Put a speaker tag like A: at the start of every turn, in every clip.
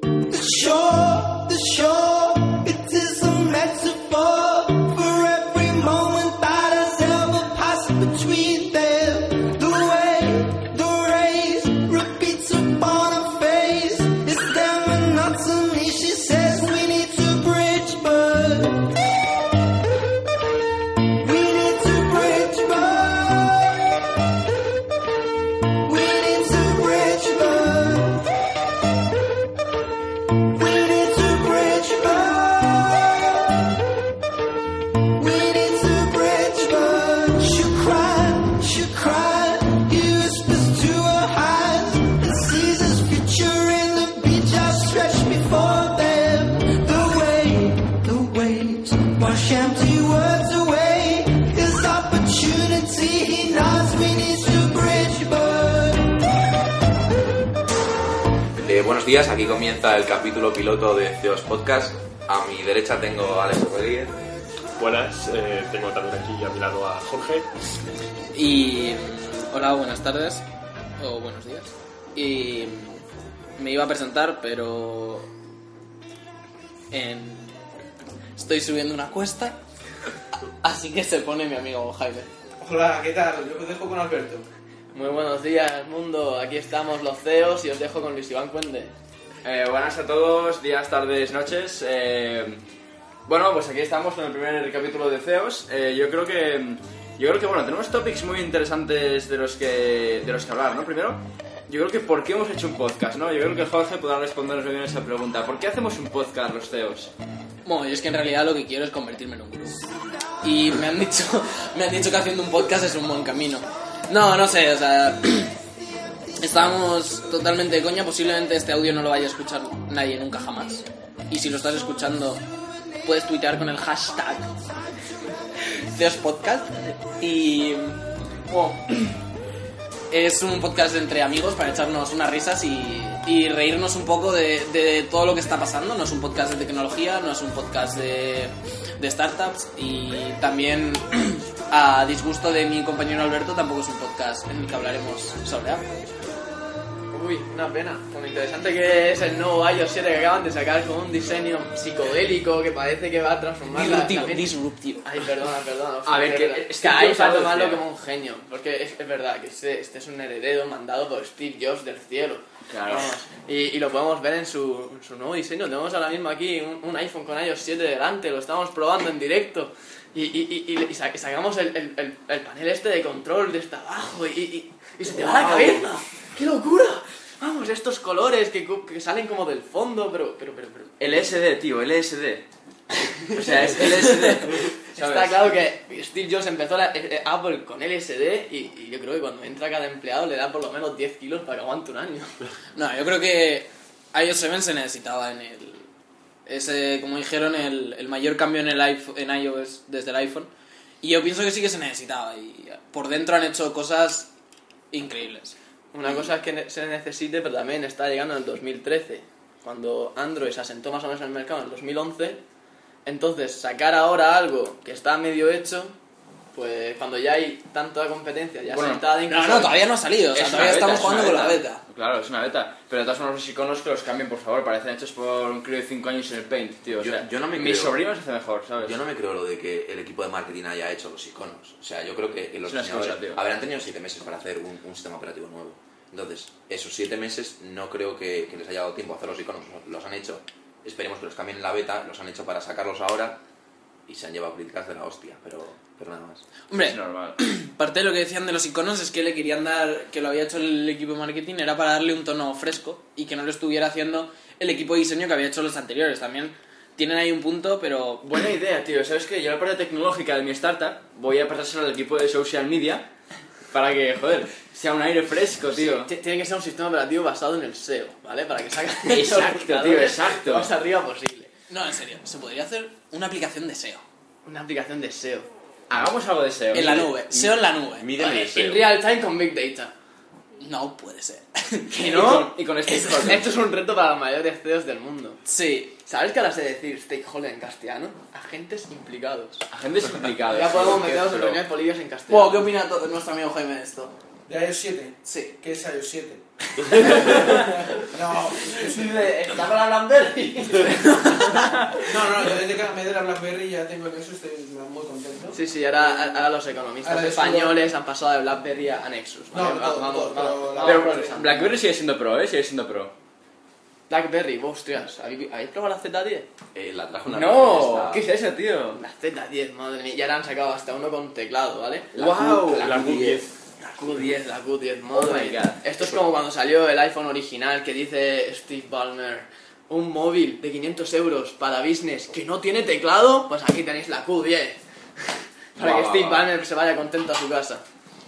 A: The shore, the shore, it is a metaphor for every moment that has ever passed between them. The way, the race repeats upon her face. It's their monotony. She says we need to bridge, but we need to bridge, but we need to bridge, but. We need to bridge burn. We need to bridge burn. She cried, she cried. He whispers to her eyes and sees his future in the beach outstretched before them. The way, the waves wash empty words away. His opportunity, he nods. We need to bridge burn.
B: Eh, buenos días, aquí comienza el capítulo piloto de CEOS Podcast. A mi derecha tengo a Alex Rodríguez
C: Buenas, eh, tengo también aquí a mi lado a Jorge.
D: Y mm, hola, buenas tardes o buenos días. Y mm, me iba a presentar, pero en- estoy subiendo una cuesta, así que se pone mi amigo Jaime.
E: Hola, ¿qué tal? Yo os dejo con Alberto.
D: Muy buenos días, mundo. Aquí estamos los CEOs y os dejo con Luis Iván Cuende.
F: Eh, buenas a todos, días, tardes, noches. Eh, bueno, pues aquí estamos con el primer capítulo de CEOs. Eh, yo creo que yo creo que bueno, tenemos topics muy interesantes de los que de los que hablar, ¿no? Primero, yo creo que por qué hemos hecho un podcast, ¿no? Yo creo que Jorge podrá respondernos muy bien esa pregunta. ¿Por qué hacemos un podcast los CEOs?
D: Bueno, yo es que en realidad lo que quiero es convertirme en un gurú. Y me han dicho, me han dicho que haciendo un podcast es un buen camino. No, no sé, o sea, estábamos totalmente de coña. Posiblemente este audio no lo vaya a escuchar nadie nunca jamás. Y si lo estás escuchando, puedes tuitear con el hashtag Dios Podcast. Y bueno, es un podcast entre amigos para echarnos unas risas y, y reírnos un poco de, de todo lo que está pasando. No es un podcast de tecnología, no es un podcast de, de startups y también a disgusto de mi compañero Alberto tampoco es un podcast en el que hablaremos sobre algo.
E: Uy, una pena. Con lo interesante que es el nuevo iOS 7 que acaban de sacar con un diseño psicodélico que parece que va a transformar la-
D: Disruptivo,
E: la-
D: disruptivo.
E: Ay, perdona, perdona.
F: A ver, que- es
E: es
F: que
E: que hay
F: yo salgo
E: algo
F: del
E: malo
F: cielo.
E: como un genio. Porque es, es verdad que este, este es un heredero mandado por Steve Jobs del cielo.
F: Claro.
E: Vamos, y, y lo podemos ver en su, en su nuevo diseño. Tenemos ahora mismo aquí un, un iPhone con iOS 7 delante, lo estamos probando en directo. Y, y, y, y, y sa- sacamos el, el, el, el panel este de control desde abajo y, y, y se te va la
F: Guau.
E: cabeza. ¡Qué locura! Vamos, estos colores que, cu- que salen como del fondo, pero, pero, pero, pero
F: LSD, E tío, LSD. O sea, es LSD. ¿sabes?
E: Está claro que Steve Jobs empezó la- eh, eh, Apple con LSD y, y yo creo que cuando entra cada empleado le da por lo menos 10 kilos para que aguante un año.
D: No, yo creo que iOS 7 se necesitaba en el... Ese, como dijeron, el, el mayor cambio en, el iPhone, en iOS desde el iPhone. Y yo pienso que sí que se necesitaba. Y por dentro han hecho cosas increíbles.
E: Una cosa es que ne- se necesite, pero también está llegando en el 2013, cuando Android se asentó más o menos en el mercado en el 2011. Entonces, sacar ahora algo que está medio hecho, pues cuando ya hay tanta competencia, ya
F: Bueno,
E: sentada
D: No, no, todavía no ha salido. O sea,
F: Es
D: todavía
F: una beta,
D: estamos
F: es
D: jugando
F: una
D: con la beta.
F: Claro, es una beta. Pero de todas formas, los iconos que los cambien, por favor, parecen hechos por un crío de 5 años en el Paint, tío. O
B: Yo-
F: sea,
B: yo no me
F: Mis
B: creo.
F: sobrinos hace mejor, ¿sabes?
B: Yo no me creo lo de que el equipo de marketing haya hecho los iconos. O sea, yo creo que los
F: Es una excusa,
B: diseñadores
F: tío.
B: habrán tenido siete meses para hacer un, un sistema operativo nuevo. Entonces, esos siete meses no creo que, que les haya dado tiempo a hacer los iconos. Los han hecho. Esperemos que los cambien en la beta. Los han hecho para sacarlos ahora. Y se han llevado críticas de la hostia. Pero, pero nada más.
D: Hombre,
F: Es normal.
D: parte de lo que decían de los iconos es que le querían dar, que lo había hecho el equipo de marketing, era para darle un tono fresco y que no lo estuviera haciendo el equipo de diseño que había hecho los anteriores. También tienen ahí un punto, pero
F: Buena idea, tío. ¿Sabes qué? Yo la parte tecnológica de mi startup voy a pasársela al equipo de social media para que, joder, sea un aire fresco, tío.
E: T- Tiene que ser un sistema operativo basado en el SEO, ¿vale? Para que salga
F: Exacto, tío, exacto.
E: más arriba posible.
D: no, en serio, se podría hacer una aplicación de SEO.
E: Una aplicación de E SEO.
F: Hagamos algo de E SEO.
D: En la nube, SEO en la nube.
G: Mide mi
E: En
F: E
G: deseo.
E: real time con Big Data.
D: No puede ser.
F: Y
E: ¿Que
F: con,
E: no?
F: y con este
E: Esto es un reto para los mayores CEOs del mundo.
D: Sí,
E: ¿Sabes qué ahora sé decir stakeholder en castellano? Agentes implicados.
F: Agentes implicados.
E: Ya podemos
F: tío,
E: meternos en
F: pero-
E: reuniones políticas en
D: Wow, ¿qué
E: castellano.
D: opina to- nuestro amigo Jaime de esto?
G: de iOS 7.
D: Sí.
G: ¿Qué es iOS 7? no,
E: Dice, está para Blackberry.
G: no, no, yo desde que me dio la Blackberry ya tengo eso, estoy muy contento.
E: Sí, sí, ahora, ahora los economistas
G: Ahora descubro-
E: españoles han pasado de Blackberry a a Nexus.
G: No,
E: ¿vale?
G: no,
E: Va-
G: todo,
E: vamos,
G: todo, pero la-
E: vamos.
F: Pero
E: progresando.
F: Blackberry sigue siendo pro, ¿eh? Sigue siendo pro.
E: Blackberry, vos, hostias, ¿habéis, habéis probado la Z10?
B: Eh, la trajo una
F: No,
B: esta-
F: ¿qué es eso, tío?
E: Pues La Z10, madre mía, ya ahora han sacado hasta uno con teclado, ¿vale?
B: La
F: Guau,
B: Q-
C: La Q10.
E: La Q10, la Q10, madre
F: Oh my
E: mía.
F: God.
E: Esto es como cuando salió el iPhone original que dice Steve Ballmer, un móvil de 500 euros para business que no tiene teclado, pues aquí tenéis la Q10. para
F: Guau,
E: que Steve
F: guau, guau.
E: Ballmer se vaya contento a su casa.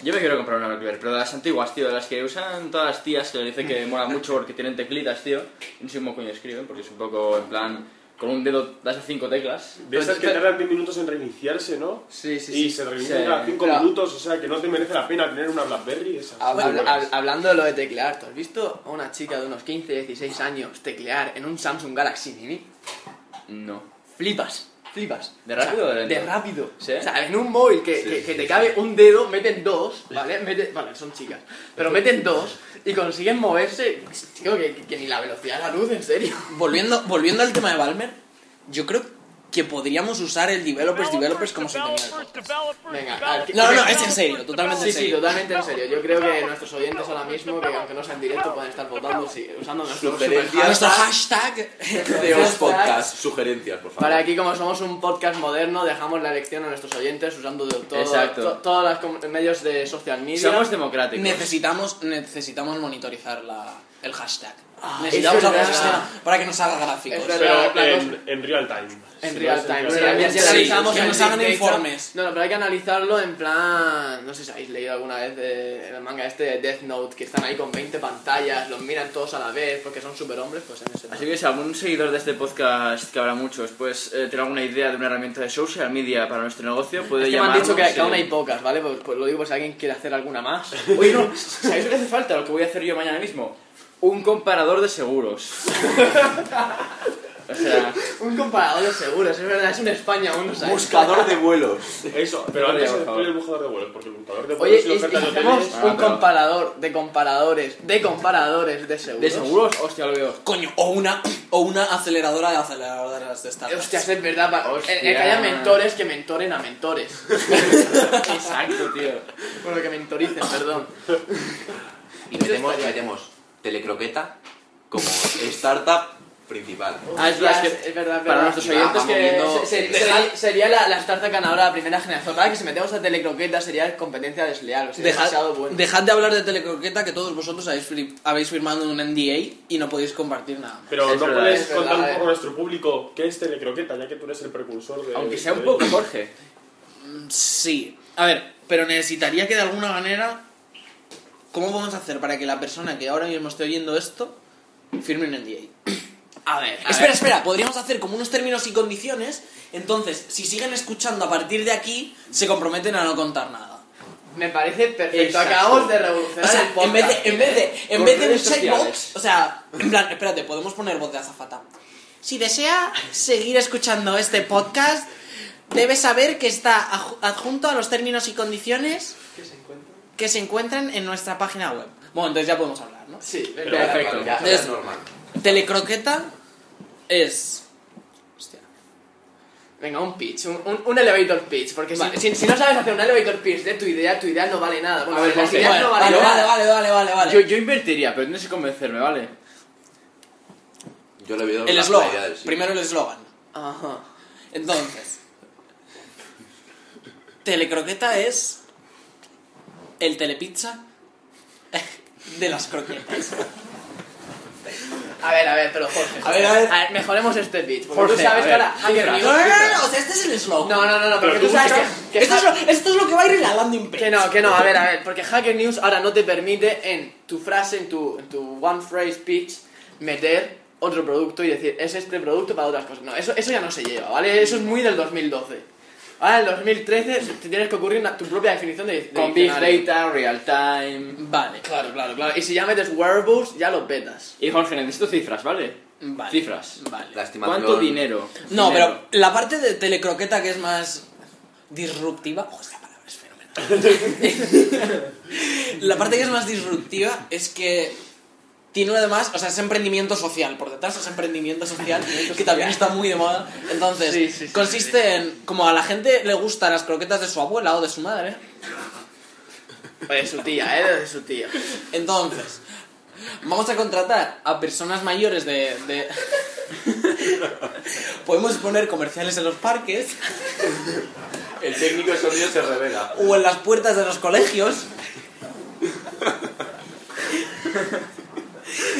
F: Yo me quiero comprar una Blackberry, pero de las antiguas, tío, de las que usan todas las tías que le dicen que mola mucho porque tienen teclitas, tío. No sé cómo coño escriben, porque es un poco en plan, con un dedo das a cinco teclas.
C: De esas que tardan 10 minutos en reiniciarse, ¿no?
E: Sí, sí,
C: Y
E: sí.
C: se reinician
F: Sí.
C: cada 5
E: Pero- Ah,
C: minutos, o sea que no te merece la pena tener una Blackberry esa.
E: Habla-
C: Muy buenas.
E: hab- hablando de lo de teclear, ¿tú has visto a una chica de unos 15, 16 años teclear en un Samsung Galaxy Mini?
F: No.
E: Flipas, flipas.
F: ¿De rápido o de
E: de,
F: lento?
E: rápido.
F: ¿Sí?
E: O sea, en un móvil que, que- que te cabe un dedo, meten dos, ¿vale? Meten- vale, son chicas. Pero meten dos y consiguen moverse. Tío, que, que ni la velocidad de la luz, en serio.
D: Volviendo, volviendo al tema de Balmer, yo creo que podríamos usar el developers, developers como sintonía.
E: Venga, a ver, ¿qué-
D: No, no, es en serio, totalmente
E: Sí,
D: en
E: sí,
D: serio.
E: totalmente en serio. Yo creo que nuestros oyentes ahora mismo, que aunque no sea en directo, pueden estar votando sí, usando nuestro
B: Sugerencias.
E: super
D: Nuestro
E: hashtag.
D: hashtag
B: De
E: Hashtag.
B: os podcast, sugerencias, por favor.
E: Para aquí, como somos un podcast moderno, dejamos la elección a nuestros oyentes usando de todo-
F: Exacto.
E: to- todos los com- medios de social media.
F: Somos democráticos.
D: necesitamos, necesitamos monitorizar la, el hashtag.
E: Ah,
D: necesitamos
E: es
D: algún
E: verdad.
D: sistema para que nos haga gráficos.
E: Es verdad.
C: Pero
E: la- la
C: en, en real time.
E: En
C: Si no
E: real
C: es
E: time.
C: real
E: Sí, ya- ya
D: Sí,
E: analizamos
D: que
E: el
D: nos
E: Big
D: hagan
E: Data.
D: informes.
E: No, no, pero hay que analizarlo en plan. No sé si habéis leído alguna vez eh, el manga este de Death Note, que están ahí con 20 pantallas, los miran todos a la vez porque son superhombres, pues en ese.
F: Así que si algún seguidor de este podcast, que habrá muchos, pues eh, tiene alguna idea de una herramienta de social media para nuestro negocio, puede
E: Es que me han
F: llamarnos.
E: dicho que, que
F: eh,
E: aún hay pocas, ¿vale? Pues, pues lo digo por si alguien quiere hacer alguna más.
F: Oye, no, ¿sabéis lo que hace falta? Lo que voy a hacer yo mañana mismo. Un comparador de seguros. o sea,
E: Un comparador de seguros, es verdad, es un España uno, ¿sabes?
B: Buscador de vuelos.
C: Eso, pero antes y
F: Por
C: después
F: favor.
C: del buscador de vuelos, porque el buscador de
E: Oye,
C: vuelos
E: y,
C: y
E: y
C: ofertas de
E: hacemos
C: hoteles.
E: un
F: pero-
E: comparador de comparadores, de comparadores de seguros.
F: ¿de seguros? Hostia, lo veo.
D: Coño, o una, o una aceleradora de aceleradoras de startups.
E: Hostias, es verdad, pa-
F: Hostia.
E: eh, eh, que haya mentores que mentoren a mentores.
F: Exacto, tío.
E: Bueno, que mentoricen, perdón.
B: Y metemos,
E: estaría-
B: metemos telecroqueta como startup principal.
F: Ah, es verdad,
E: Hostias,
F: es que
E: es verdad, es
F: para
E: verdad.
F: nuestros
E: Y va-
F: oyentes
E: va
F: que
E: moviendo-
F: se-
E: se- sería- Sería la, la startup ganadora de la primera generación. Para que si metemos a Telecroqueta sería competencia desleal, o sea, demasiado
D: Dejad,
E: bueno.
D: dejad de hablar de telecroqueta que todos vosotros habéis, fli- habéis firmado un NDA y no podéis compartir nada. más.
C: Pero
F: Es
C: no
F: verdad,
C: puedes
E: es
C: contar un
E: verdad,
C: poco
E: eh.
C: a nuestro público qué es Telecroqueta, ya que tú eres el precursor de.
F: Aunque sea un
C: de-
F: poco, Jorge.
D: Sí. A ver, pero necesitaría que de alguna manera... ¿Cómo podemos hacer para que la persona que ahora mismo esté oyendo esto firme un NDA?
E: A ver, a
D: espera,
E: ver.
D: espera, podríamos hacer como unos términos y condiciones. Entonces, si siguen escuchando a partir de aquí, se comprometen a no contar nada.
E: Me parece perfecto.
F: Exacto.
E: Acabamos de
D: O
E: revolucionar el
D: sea, en
E: podcast.
D: vez de, en vez de, en
F: Con
D: vez de un
F: redes sociales.
D: checkbox, o sea, en plan, espérate, podemos poner voz de azafata. Si desea seguir escuchando este podcast, debe saber que está aju- adjunto a los términos y condiciones que se encuentran en nuestra página web. Bueno, entonces ya podemos hablar, ¿no?
E: Sí,
B: Pero
F: Perfecto.
B: vale, vale,
D: Es-
B: es normal.
D: Telecroqueta es... Hostia.
E: Venga, un pitch, un, un, un elevator pitch. Porque si-
D: Vale.
E: si, si no sabes hacer un elevator pitch de tu idea, tu idea no vale nada. Bueno,
F: A ver,
E: si las
F: José,
E: ideas
D: Bueno,
E: no
D: vale,
E: valen
D: vale,
E: nada.
D: vale, vale, vale, vale.
F: Yo, yo invertiría, pero tienes que convencerme, ¿vale?
B: Yo le veo
D: El
B: la
D: eslogan.
B: claridad del siglo.
D: Primero el eslogan.
E: Ajá.
D: Entonces, telecroqueta es el telepizza de las croquetas.
E: A ver, a ver, pero Jorge.
D: A ver, a ver.
E: mejoremos este pitch. Porque
F: Jorge,
E: tú sabes
F: a
E: que
F: ver,
E: ahora Hacker
F: cifras,
E: News-
D: No, no, no, no, o sea, este es el eslogan.
E: No, no, no, no, porque
C: Pero
E: tú
C: tú
E: sabes
C: buscas-
E: que, que
D: Esto es,
E: Hack-
D: lo, esto es lo que va a ir en la landing page.
E: que no, que no, a ver, a ver, porque Hacker News ahora no te permite en tu frase, en tu, en tu one phrase pitch, meter otro producto y decir, es este producto para otras cosas. No, eso, eso ya no se lleva, ¿vale? Eso es muy del 2012. Ahora, en 2013, te tienes que ocurrir una- tu propia definición de, de
F: Con Big
E: diccionario.
F: Data, Real Time.
D: Vale,
E: Claro, claro, claro. Y si ya metes wearables, ya lo petas.
F: Y Jorge, necesito cifras, ¿vale?
D: vale.
F: Cifras.
B: La
D: Vale.
B: estimación-
F: ¿Cuánto dinero?
D: No,
F: Dinero.
D: pero la parte de telecroqueta que es más disruptiva. Ojo, esta palabra es fenomenal. La parte que es más disruptiva es que tiene además, o sea, es emprendimiento social, por detrás es emprendimiento social, que también está muy de moda. Entonces,
E: Sí, sí, sí,
D: consiste en, como a la gente le gustan las croquetas de su abuela o de su madre,
E: Oye, su tía, ¿eh? De su tía.
D: entonces, vamos a contratar a personas mayores de... de- Podemos poner comerciales en los parques
B: El técnico de sonido se revela.
D: o en las puertas de los colegios.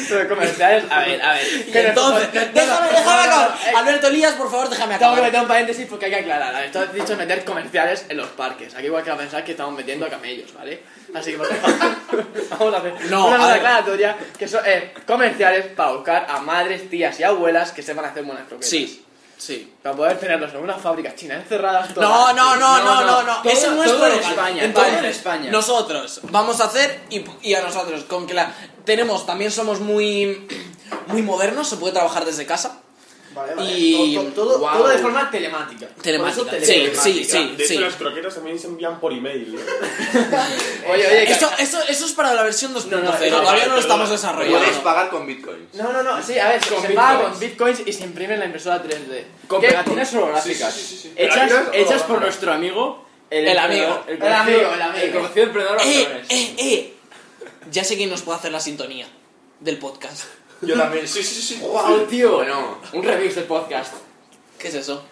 E: Pero comerciales, a ver, a ver.
D: Y entonces, déjame, déjame acabar. Alberto Elías, por favor, déjame
E: Tengo que
D: acabar.
E: meter un paréntesis porque hay que aclarar. A ver, tú has dicho meter comerciales en los parques. Aquí igual que a pensar que estamos metiendo a camellos, ¿vale? Así que por favor, vamos a hacer
D: No,
E: una
D: a
E: nota
D: ver.
E: aclaratoria que son eh, comerciales para buscar a madres, tías y abuelas que sepan hacer buenas croquetas.
D: Sí, sí.
E: Para poder tenerlos en una fábrica china encerradas todas.
D: No, no, no, no, no, no.
E: Todo-
D: Ese no es
E: todo en
D: nuestro local.
E: España,
D: Entonces,
E: todo en España.
D: Nosotros vamos a hacer y, y a nosotros, con que la tenemos, también somos muy, muy modernos, se puede trabajar desde casa.
G: Vale,
D: Y-
G: Todo, todo-
F: Ah,
E: Guau.
G: todo de forma telemática.
D: Telemática.
G: Por eso
D: Sí,
G: telemática.
D: sí, sí,
C: De hecho,
D: sí.
C: las croquetas también se envían por email. ¿eh?
E: Oye, oye, que-
D: Eso, eso, eso es para la versión 2.0,
E: no, no,
D: todavía no
C: no,
D: lo estamos
C: no.
B: Puedes
D: desarrollando.
B: pagar con bitcoins.
E: No, no, no, sí, a ver, se
F: Con
E: se paga
F: bitcoins.
E: con bitcoins y se imprime en la impresora 3D.
F: Con
E: ¿Qué?
F: pegatinas
E: Tienes holográficas.
F: Sí, sí, sí, sí.
E: Hechas,
F: Pegatinas
E: hechas por
F: holográficas.
E: nuestro amigo.
D: El
E: emprendedor-
D: amigo.
E: El
F: conocido-
E: amigo, el amigo.
F: El conocido emprendedor
D: Eh,
F: Alcatraz.
D: eh, eh. Ya sé quién nos puede hacer la sintonía del podcast.
B: Yo también. Sí, sí, sí.
E: ¡Wow, tío!
B: Bueno.
E: Un remix del podcast.
D: ¿Qué es eso?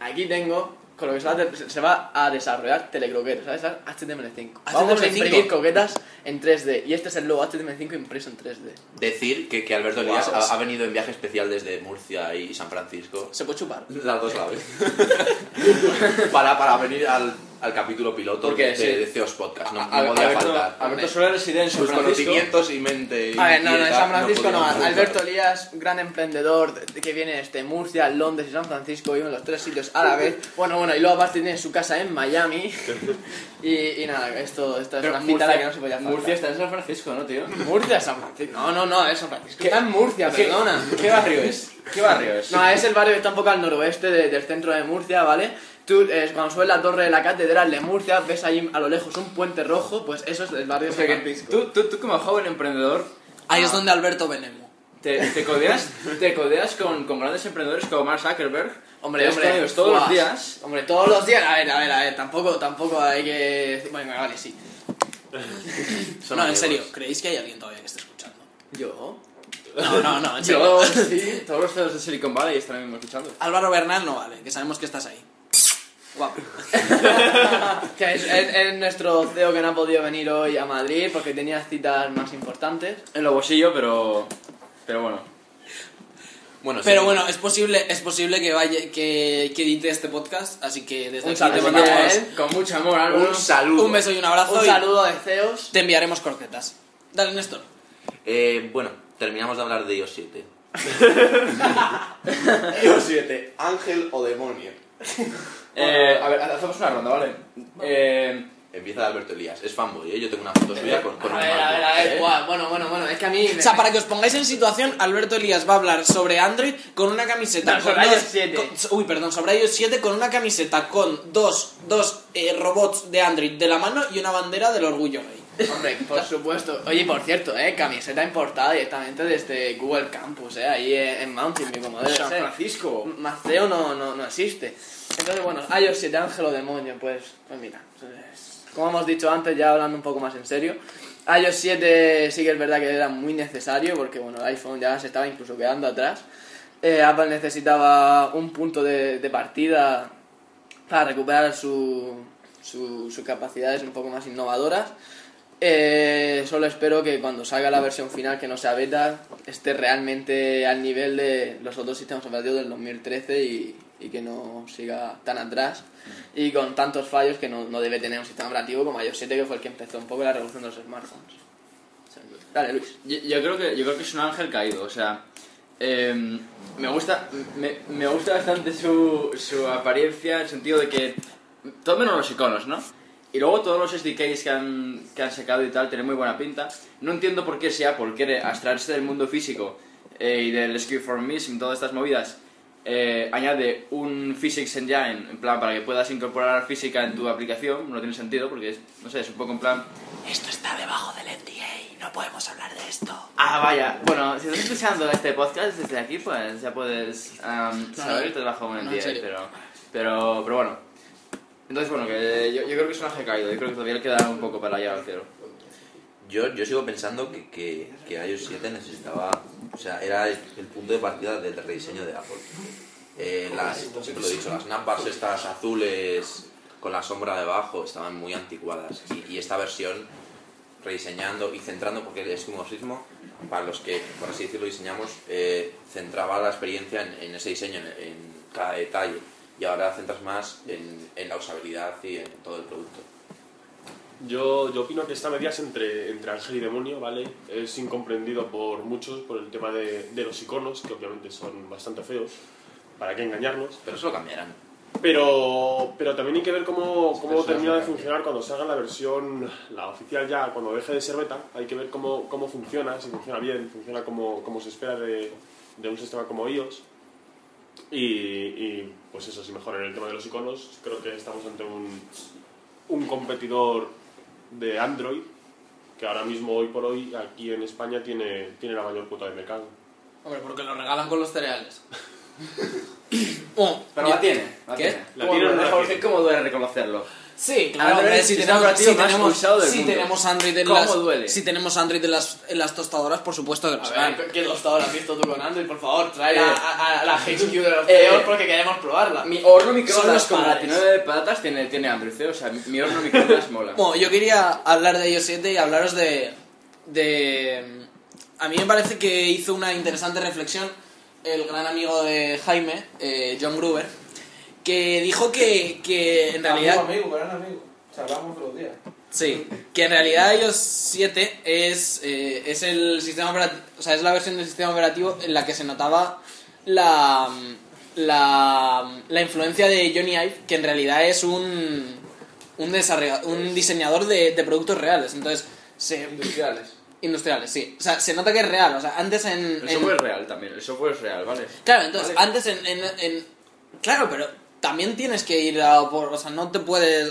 E: Aquí tengo, con lo que se va a, de- se va a desarrollar telecroquetas, ¿sabes? Esas HTML5. Vamos a
D: HTML5.
E: imprimir croquetas en 3D. Y este es el logo HTML5 impreso en 3D.
B: Decir que, que Alberto Elías
D: Guau.
B: ha, ha venido en viaje especial desde Murcia y San Francisco.
D: ¿Se puede chupar?
B: Las dos la vez. para, para venir al, al capítulo piloto
F: Porque,
B: de,
F: sí.
B: de CEOs Podcast. No, no
F: A- a-
B: podía
F: Alberto-
B: faltar.
F: Alberto Soler reside en San
B: Sus
F: Francisco.
B: conocimientos y mente. y
E: A ver, no, no, en
B: inquieta
E: San Francisco no.
B: podían
E: Alberto
B: faltar.
E: Elías, gran emprendedor de- de que viene desde Murcia, Londres y San Francisco, vive en los tres sitios a la vez. Bueno, bueno, y luego aparte tiene su casa en Miami. Y, y nada, esto, esta es
F: Pero
E: una cita a la
F: Murcia-
E: que no se podía faltar.
F: Murcia está en San Francisco, ¿no, tío?
E: Murcia, San Francisco. No, no, no, es San Francisco. Está en Murcia,
F: ¿Qué-
E: perdona.
F: ¿Qué barrio es? ¿Qué barrio es?
E: No, es el barrio que está un poco al noroeste de- del centro de Murcia, ¿vale? Tú, eh, cuando subes la torre de la catedral de Murcia, ves allí a lo lejos un puente rojo, pues eso es el barrio
F: O
E: de
F: sea
E: San
F: que
E: Francisco.
F: tú, tú, tú como joven emprendedor
D: Ahí es donde Alberto Benemo.
F: te, te codeas, te codeas con, con grandes emprendedores como Mark Zuckerberg.
E: Hombre,
F: Te ves
E: hombre,
F: con ellos todos los
E: guas.
F: días.
E: Hombre, todos los días, a ver, a ver, a ver, tampoco, tampoco hay que... decir- Bueno, vale, sí.
B: Son
D: no, en
B: amigos.
D: serio, ¿creéis que hay alguien todavía que esté escuchando?
E: ¿Yo?
D: No, no, no, en serio.
F: Yo, sí, todos los CEOs de Silicon Valley están ahora mismo escuchando.
D: Álvaro Bernal no vale, que sabemos que estás ahí. Guapo.
E: Que es, es- es nuestro CEO que no ha podido venir hoy a Madrid porque tenía citas más importantes.
F: En lo bolsillo, pero. Pero bueno.
B: Bueno,
D: Pero
B: sí.
D: bueno, es posible, es posible que vaya, que, que edite este podcast, así que
E: Un
D: desde aquí te
E: saludo
D: mandamos
E: a él,
F: Con mucho amor, Álvaro.
B: Un saludo.
D: un beso y un abrazo
E: Un
D: y
E: saludo de CEOs.
D: te enviaremos croquetas. Dale, Néstor.
B: Eh, bueno, terminamos de hablar de iOS 7.
G: iOS 7, ángel o demonio.
F: Eh, a ver, hacemos una ronda, ¿vale? Eh,
B: Empieza Alberto Elías. Es fanboy, ¿eh? Yo tengo una foto suya con, con
E: A
B: un ¿eh?
E: ver, a ver, a
B: MacBook.
E: ver, guau, bueno, bueno, bueno, es que a mí... me-
D: O sea, para que os pongáis en situación, Alberto Elías va a hablar sobre Android con una camiseta.
E: No,
D: con
E: sobre
D: dos-
E: iOS 7.
D: con- uy, perdón, sobre iOS 7 con una camiseta con dos, dos eh, robots de Android de la mano y una bandera del orgullo gay.
E: Hombre, por supuesto. Oye, por cierto, eh, camiseta importada directamente desde Google Campus, eh, ahí eh, en Mountain View, como debe
F: San
E: ser.
F: Francisco.
E: Más CEO no, no, no existe. Entonces, bueno, iOS 7 Ángel o Demonio, pues, pues mira. es- Como hemos dicho antes, ya hablando un poco más en serio, iOS 7 sí que es verdad que era muy necesario porque, bueno, el iPhone ya se estaba incluso quedando atrás. Eh, Apple necesitaba un punto de, de partida para recuperar su, su- sus capacidades un poco más innovadoras. Eh, solo espero que cuando salga la versión final, que no sea beta, esté realmente al nivel de los otros sistemas operativos del 2013 y, y que no siga tan atrás y con tantos fallos que no, no debe tener un sistema operativo como iOS 7, que fue el que empezó un poco la revolución de los smartphones. Dale, Luis.
F: yo, yo creo que, yo creo que es un ángel caído, o sea. em, me gusta me, me gusta bastante su, su apariencia, en el sentido de que. Todo menos los iconos, ¿no? Y luego todos los SDKs que han, que han sacado y tal tienen muy buena pinta. No entiendo por qué sea, por quiere abstraerse del mundo físico eh, y del Skill for Me y todas estas movidas eh, añade un Physics Engine, en plan, para que puedas incorporar física en tu aplicación, no tiene sentido porque, es, no sé, es un poco en plan... Esto está debajo del NDA, no podemos hablar de esto. Ah, vaya. Bueno, si estás escuchando este podcast desde aquí, pues ya puedes um, saber que te debajo un
D: no, en
F: NDA,
D: serio.
F: pero, pero, pero bueno. Entonces, bueno, que yo, yo creo que es un ángel caído, yo creo que todavía le queda un poco para llegar al cielo.
B: Yo, yo sigo pensando que, que, que iOS 7 necesitaba, o sea, era el, el punto de partida del rediseño de Apple. Eh, las, siempre lo he dicho, las navbars estas azules con la sombra debajo estaban muy anticuadas y, y esta versión rediseñando y centrando, porque es un sismo, para los que, por así decirlo, diseñamos, eh, centraba la experiencia en, en ese diseño, en, en cada detalle, y ahora centras más en, en la usabilidad y en todo el producto.
C: Yo, yo opino que esta medida es entre, entre ángel y demonio, ¿vale? Es incomprendido por muchos por el tema de, de los iconos, que obviamente son bastante feos, ¿para qué engañarnos?
B: Pero eso lo cambiarán.
C: Pero, pero también hay que ver cómo, cómo
F: Personas
C: termina de
F: no cambian.
C: funcionar cuando salga la versión, la oficial ya, cuando deje de ser beta, hay que ver cómo, cómo funciona, si funciona bien, funciona como, como se espera de, de un sistema como iOS. Y, y, pues eso, si mejoran el tema de los iconos, creo que estamos ante un, un competidor de Android, que ahora mismo, hoy por hoy, aquí en España tiene, tiene la mayor cuota de mercado.
D: Hombre, porque lo regalan con los cereales. Oh,
F: Pero
D: ya-
F: la tiene. La
D: ¿Qué?
F: tiene.
C: La tiene,
F: Bueno,
C: no la
F: déjame
C: tiene.
F: cómo duele reconocerlo.
D: Sí, claro,
F: Android
D: hombre,
F: es
D: si
F: el
D: tenemos,
F: sistema
D: si
F: operativo más
D: tenemos,
F: usado del
D: si
F: mundo.
D: tenemos Android en
F: ¿Cómo
D: las,
F: duele?
D: si tenemos Android en las, en las tostadoras, por supuesto que lo
E: A
D: serán.
E: ver, ¿qué tostadora has visto tú con Android? Por favor, trae
F: Eh.
E: a, a- a la HQ de los
F: Eh.
E: CEOs porque queremos probarla.
F: Mi horno
D: los
F: microondas con
D: padres.
F: 29 patatas tiene, tiene Android, ¿eh? o sea, mi, mi horno microondas mola.
D: Bueno, yo quería hablar de iOS 7 y hablaros de, de... A mí me parece que hizo una interesante reflexión el gran amigo de Jaime, eh, John Gruber, que dijo que, que en realidad...
G: Amigo, amigo, gran amigo. Charlamos todos los días.
D: Sí, que en realidad iOS 7 es, eh, es el sistema operativo, o sea, es la versión del sistema operativo en la que se notaba la, la, la influencia de Johnny Ive, que en realidad es un, un, desarrolla- un diseñador de, de productos reales, entonces, se,
G: Industriales.
D: industriales, sí, o sea, se nota que es real, o sea, antes en...
F: El
D: en-
F: software es real también, el software es real, ¿vale?
D: Claro, entonces,
F: Vale.
D: antes en, en- en- Claro, pero también tienes que ir a por... O sea, no te puedes...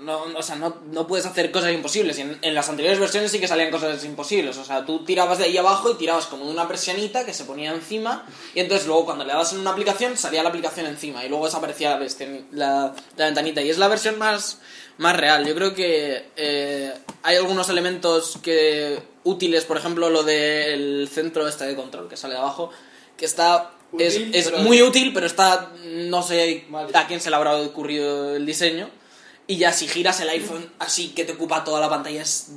D: No, o sea, no, no puedes hacer cosas imposibles. Y En, en las anteriores versiones sí que salían cosas imposibles. O sea, tú tirabas de ahí abajo y tirabas como de una persianita que se ponía encima. Y entonces luego cuando le dabas en una aplicación salía la aplicación encima. Y luego desaparecía la, persiani- la, la ventanita. Y es la versión más, más real. Yo creo que eh, hay algunos elementos que útiles. Por ejemplo, lo del centro este de control que sale de abajo. Que está... es-
G: Útil,
D: es
G: pero-
D: muy útil, pero está. No sé
G: Mal.
D: a quién se le habrá ocurrido el diseño. Y ya si giras el iPhone así que te ocupa toda la pantalla es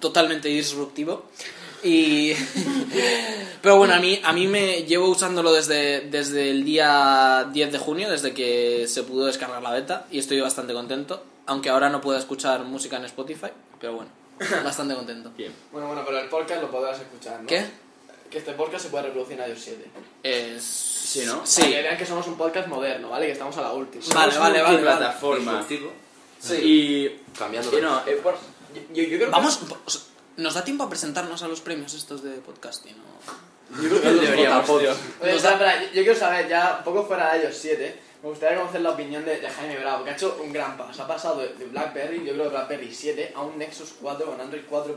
D: totalmente disruptivo. Y. Pero bueno, a mí, a mí me llevo usándolo desde, desde el día 10 de junio, desde que se pudo descargar la beta, y estoy bastante contento. Aunque ahora no pueda escuchar música en Spotify, pero bueno, bastante contento.
F: Bien.
E: Bueno, bueno, pero el podcast lo podrás escuchar, ¿no?
D: ¿Qué?
E: Que este podcast se puede reproducir en iOS 7.
D: Es-
F: Sí, ¿no?
E: Para
D: Sí.
E: que vean que somos un podcast moderno, ¿vale? Que estamos a la última.
D: Vale, vale, vale, vale.
F: plataforma.
B: Disruptivo,
F: Y.
B: cambiando
F: y no, eh, bueno, yo, yo- yo creo
D: Vamos, o sea, nos da tiempo a presentarnos a los premios estos de podcasting. ¿no?
F: que. Yo creo que deberíamos, tío.
E: Oye, espera, espera, Pues yo, yo quiero saber, ya un poco fuera de ellos 7, me gustaría conocer la opinión de, de Jaime Bravo, que ha hecho un gran paso. Ha pasado de, de BlackBerry, yo creo de BlackBerry 7, a un Nexus 4 con Android 4.2.2.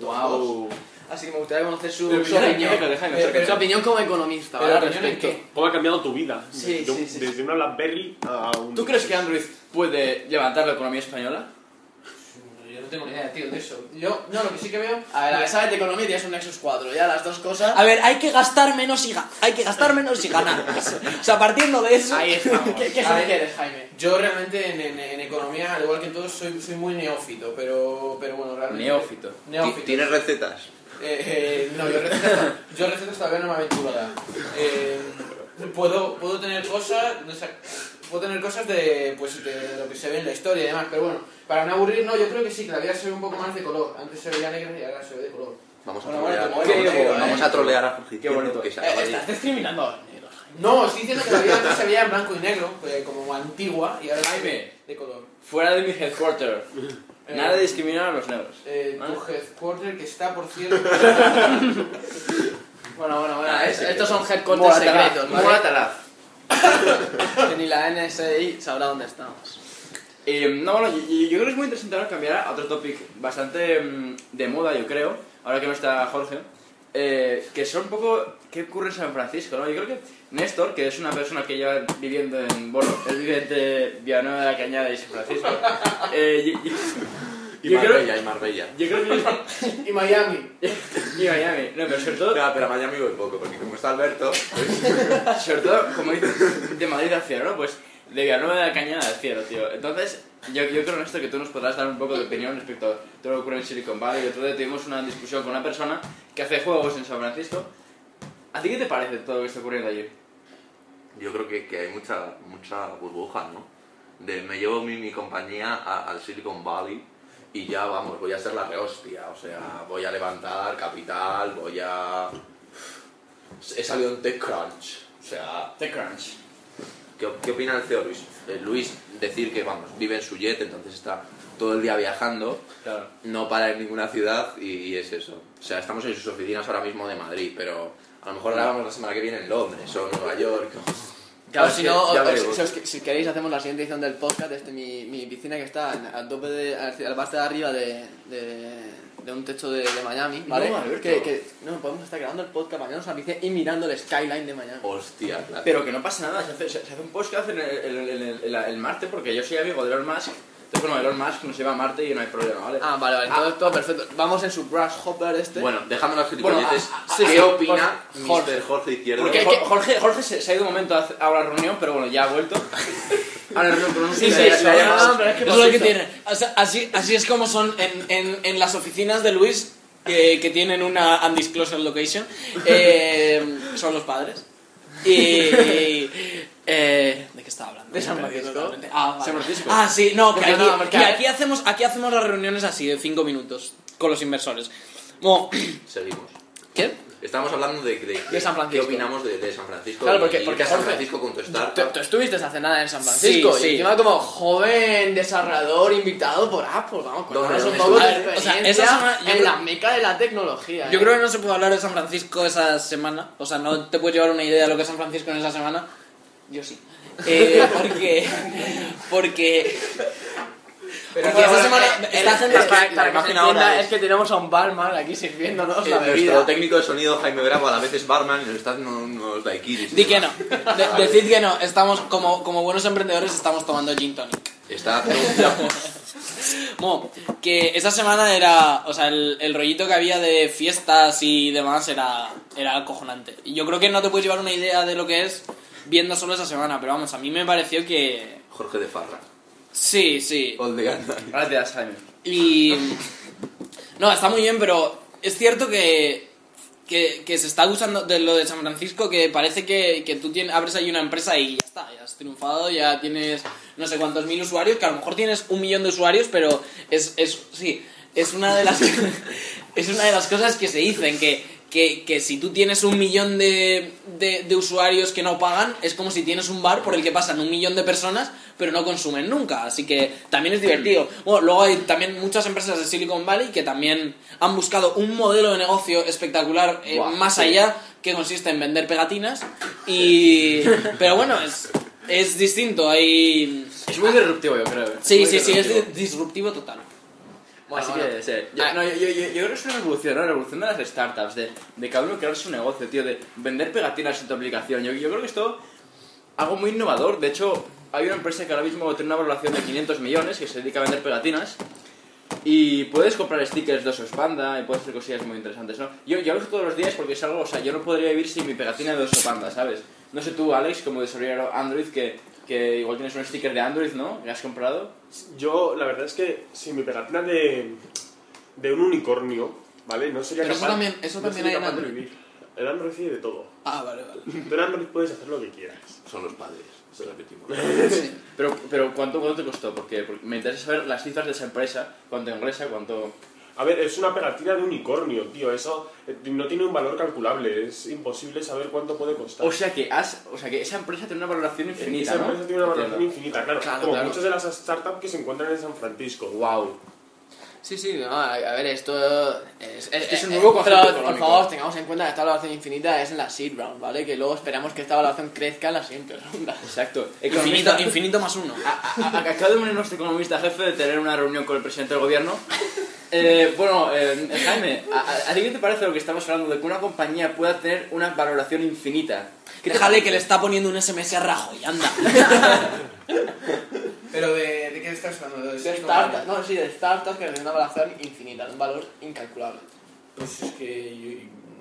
F: Wow.
E: Así que me gustaría conocer su,
F: Pero
E: su
F: mira,
E: opinión.
F: mira, Jaime,
E: Pero-
F: o sea, que-
E: su opinión como economista,
G: Pero
E: ¿vale? Al
G: opinión en
E: respecto.
C: ¿Cómo ha cambiado tu vida?
E: Sí,
C: De un-
E: sí, sí.
C: Desde una BlackBerry a un...
F: ¿Tú crees que Android puede levantar la economía española?
G: Yo no tengo ni idea, tío, de eso. Yo, no, lo que sí que veo.
E: A ver, a ver, sabes de economía y tienes un Nexus 4, ya las dos cosas.
D: A ver, hay que gastar menos y ga- hay que gastar menos y ganar. O sea, partiendo de eso.
E: Ahí estamos. ¿Qué, qué
G: A
E: Jaime
G: ver.
E: eres, Jaime?
G: Yo realmente en, en- en economía, al igual que todos, soy, soy muy neófito, pero, pero bueno, realmente.
F: Neófito.
G: Neófito.
B: ¿Tienes recetas?
G: Eh, eh, no, yo recetas, yo recetas todavía no me aventuro a dar. Eh, puedo, puedo tener cosas, no sé, puedo tener cosas de, pues, de lo que se ve en la historia y demás, pero bueno, para no aburrir, no, yo creo que sí, que la vida se ve un poco más de color. Antes se veía negra y ahora se ve de color.
B: Vamos a
G: Bueno, bueno,
B: trolear,
G: como
B: vamos,
G: hoy
B: a-
G: digo,
B: vamos
G: eh.
B: a trolear a Jorge
F: Qué
B: Izquierdo,
F: bonito.
B: que se
E: Eh,
B: acaba de ir.
E: estás discriminando a los negros, Jaime.
G: No, estoy diciendo que la vida antes se veía en blanco y negro, eh, como antigua, y ahora se ve
F: Jaime.
G: de color.
F: Fuera de mi headquarter. Nada de discriminar a los negros.
G: Eh, tu
F: Vale.
G: headquarter que está, por cierto,
E: Bueno, bueno, bueno.
B: Ah,
E: es-
B: sí,
E: estos son headquarters
G: Muatalá,
E: secretos, ¿vale?
G: Muatalá.
E: Que ni la NSI sabrá dónde estamos.
F: Eh, no, bueno, yo, yo- yo creo que es muy interesante ahora cambiar a otro topic bastante mm, de moda, yo creo, ahora que no está Jorge, eh, que son un poco qué ocurre en San Francisco, ¿no? Yo creo que Néstor, que es una persona que lleva viviendo en, bueno, él vive entre Villanueva de la Cañada y San Francisco, eh, yo, yo-
B: Y
F: yo creo,
B: Marbella, y Marbella.
F: yo creo que...
G: Y Miami.
F: Y Miami, no, pero sobre todo,
B: No, pero a Miami voy poco, porque como está Alberto,
F: sobre todo como dices, de Madrid al cielo, ¿no? Pues de Villanueva de la Cañada al cielo, tío. Entonces, yo, yo creo, Néstor, que tú nos podrás dar un poco de opinión respecto a todo lo que ocurre en Silicon Valley. El otro día tuvimos una discusión con una persona que hace juegos en San Francisco. ¿A ti qué te parece todo lo que está ocurriendo allí?
B: yo creo que, que hay mucha, mucha burbuja, ¿no? De me llevo mi, mi compañía a- al Silicon Valley y ya, vamos, voy a ser la rehostia. O sea, voy a levantar capital, voy a... He salido en TechCrunch. O sea,
F: TechCrunch.
B: ¿Qué, qué opina el CEO Luis? Eh, Luis, decir que, vamos, vive en su jet, entonces está todo el día viajando,
F: Claro.
B: no para en ninguna ciudad y, y es eso. O sea, estamos en sus oficinas ahora mismo de Madrid, pero a lo mejor grabamos la semana que viene en Londres o en Nueva York.
E: Claro,
B: O
E: si
B: que-
E: no,
B: ya
E: o- o-
B: veremos.
E: si, os- si queréis hacemos la siguiente edición del podcast, este, mi, mi piscina que está en- al tope de, al, al parte de arriba de, de, de un techo de, de Miami, ¿vale?
F: No, Alberto.
E: que, que no podemos estar grabando el podcast bañándonos en la piscina y mirando el skyline de Miami.
B: Hostia, claro.
F: Pero que no pasa nada, se hace, se- se hace un podcast en el, en el- en el- en la- el Marte porque yo soy amigo de Elon Musk. Entonces, bueno, Elon Musk nos lleva a Marte y no hay problema, ¿vale?
E: Ah, vale, vale, todo, todo perfecto. Vamos en su grasshopper este.
B: Bueno, dejando las
F: Bueno,
B: gilipolleces,
F: a- a-
B: ¿qué
F: sí,
B: opina
F: Jorge.
B: Mr. Jorge Izquierdo?
F: Porque
E: hay
F: Jo-
E: que-
F: Jorge, Jorge se, se ha ido un momento a, hacer- a una reunión, pero bueno, ya ha vuelto. A la reunión con un
E: Sí, sí,
F: le- le
E: sí,
F: ha
E: no,
F: llamado-
E: no, pero es que
D: Eso es lo que
E: macizo.
D: tienen. O sea, así, así es como son en, en- en las oficinas de Luis, que, que tienen una undisclosed location, eh, son los padres. Y. eh, ¿De qué estaba hablando?
E: De San
D: Me he perdido
E: Francisco.
D: totalmente. Ah, vale.
F: San Francisco.
D: Ah, sí, no, que
E: Porque
D: aquí,
E: no, porque
D: y
E: hay-
D: aquí hacemos, aquí hacemos las reuniones así, de 5 minutos, con los inversores. Como,
B: Seguimos.
D: ¿Qué?
B: Estamos hablando de,
E: De San Francisco.
B: qué opinamos de, de San Francisco.
E: Claro, porque-
B: y ir
E: porque
B: a San
E: Jorge-
B: Francisco con tu
E: Tú,
B: startup.
E: tú estuviste hace nada en San Francisco
D: Sí, sí.
E: y encima como joven desarrollador invitado por Apple, vamos, con
B: ¿Dónde,
E: un
B: dónde
E: poco de
D: estuviste? A ver, o sea,
E: experiencia
D: esa semana- yo
E: en
D: creo-
E: la meca de la tecnología.
D: Yo
E: ¿eh?
D: creo que no se puede hablar de San Francisco esa semana. O sea, no te puedes llevar una idea de lo que es San Francisco en esa semana. Yo sí. Eh, porque. Porque.
G: Pero
D: porque esa
G: bueno,
D: semana.
G: eh,
D: Esta gente.
E: Es que, para,
D: la
E: que se
D: imagen
E: entienda,
D: ahora
E: es que tenemos a un barman aquí sirviéndonos
B: Eh,
E: la
B: nuestro
E: bebida.
B: técnico de sonido, Jaime Bravo, a la vez es barman y nos está haciendo unos daiquiris.
D: Di que no. De- decid que no. Estamos, como, como buenos emprendedores, estamos tomando gin tonic.
B: Está haciendo un trapo.
D: Mo, que esa semana era. O sea, el, el rollito que había de fiestas y demás era. Era acojonante. Y yo creo que no te puedes llevar una idea de lo que es viendo solo esa semana. Pero vamos, a mí me pareció que.
B: Jorge de Farra.
D: Sí, sí.
B: All the Gunman.
F: Gracias, Jaime.
D: Y. No, está muy bien, pero es cierto que. Que, que se está usando de lo de San Francisco, que parece que, que tú tienes, abres ahí una empresa y ya está, ya has triunfado, ya tienes no sé cuántos mil usuarios, que a lo mejor tienes un millón de usuarios, pero es, es sí, es una de las es una de las cosas que se dicen, que, que, que si tú tienes un millón de, de, de usuarios que no pagan, es como si tienes un bar por el que pasan un millón de personas, pero no consumen nunca. Así que también es divertido. Bueno, luego hay también muchas empresas de Silicon Valley que también han buscado un modelo de negocio espectacular eh,
F: Buah,
D: más
F: sí.
D: allá, que consiste en vender pegatinas. Y... Pero bueno, es, es distinto. Hay...
F: Es muy disruptivo, yo creo. ¿eh?
D: Sí,
F: Muy
D: sí, sí, es
F: disruptivo.
D: di- disruptivo total.
E: Bueno,
F: Así
E: bueno.
F: que, sí. Yo,
E: Ah.
F: no, yo, yo, yo- yo creo que es una revolución, ¿no? La revolución de las startups, de, de cada uno crear su negocio, tío, de vender pegatinas en tu aplicación. Yo, yo creo que esto algo muy innovador. De hecho, hay una empresa que ahora mismo tiene una valoración de 500 millones que se dedica a vender pegatinas. Y puedes comprar stickers de Osos Panda y puedes hacer cosillas muy interesantes, ¿no? Yo, yo lo uso todos los días porque es algo, o sea, yo no podría vivir sin mi pegatina de Oso Panda, ¿sabes? No sé tú, Alex, como desarrollador Android, que, que igual tienes un sticker de Android, ¿no? Que has comprado.
C: Yo, la verdad es que si mi pegatina de, de un unicornio, ¿vale? No sería
D: Pero eso
C: capaz,
D: también- eso
C: no
D: también
C: sería
D: hay en
C: capaz de
D: Android.
C: vivir. El Android tiene de todo.
D: Ah, vale, vale.
C: Tú en Android puedes hacer lo que quieras.
B: Son los padres, se repetimos.
F: Pero, pero ¿cuánto, ¿cuánto te costó? Porque, porque me interesa saber las cifras de esa empresa, cuánto ingresa, cuánto...
C: A ver, es una pegatina de unicornio, tío. Eso eh, no tiene un valor calculable. Es imposible saber cuánto puede costar.
F: O sea que has, o sea que esa empresa tiene una valoración
C: Esa
F: infinita, ¿no?
C: empresa tiene una valoración
F: Entiendo.
C: infinita, claro.
F: Claro,
C: como
F: claro.
C: muchas de las startups que se encuentran en San Francisco.
F: Guau.
D: Sí, sí, no, a, a ver, esto es, eh,
F: que es un nuevo concepto
D: Pero, por
F: económico.
D: favor, tengamos en cuenta que esta evaluación infinita es en la seed round, ¿vale? Que luego esperamos que esta evaluación crezca en la siguiente ronda. Ah,
F: Exacto.
A: Infinito, infinito más uno.
F: A- a- Acaba de venir nuestro economista jefe de tener una reunión con el presidente del gobierno. Eh, bueno, eh, Jaime, ¿a, a- a ti qué te parece lo que estamos hablando de que una compañía pueda tener una valoración infinita? ¿Qué te
A: Déjale que le está poniendo un SMS a Rajoy, anda.
G: Pero de, de qué estás hablando? ¿De
D: De
G: ser
D: startups,
G: compañía?
D: no, sí, de startups que tienen una valoración infinita, de un valor incalculable.
G: Pues es que yo,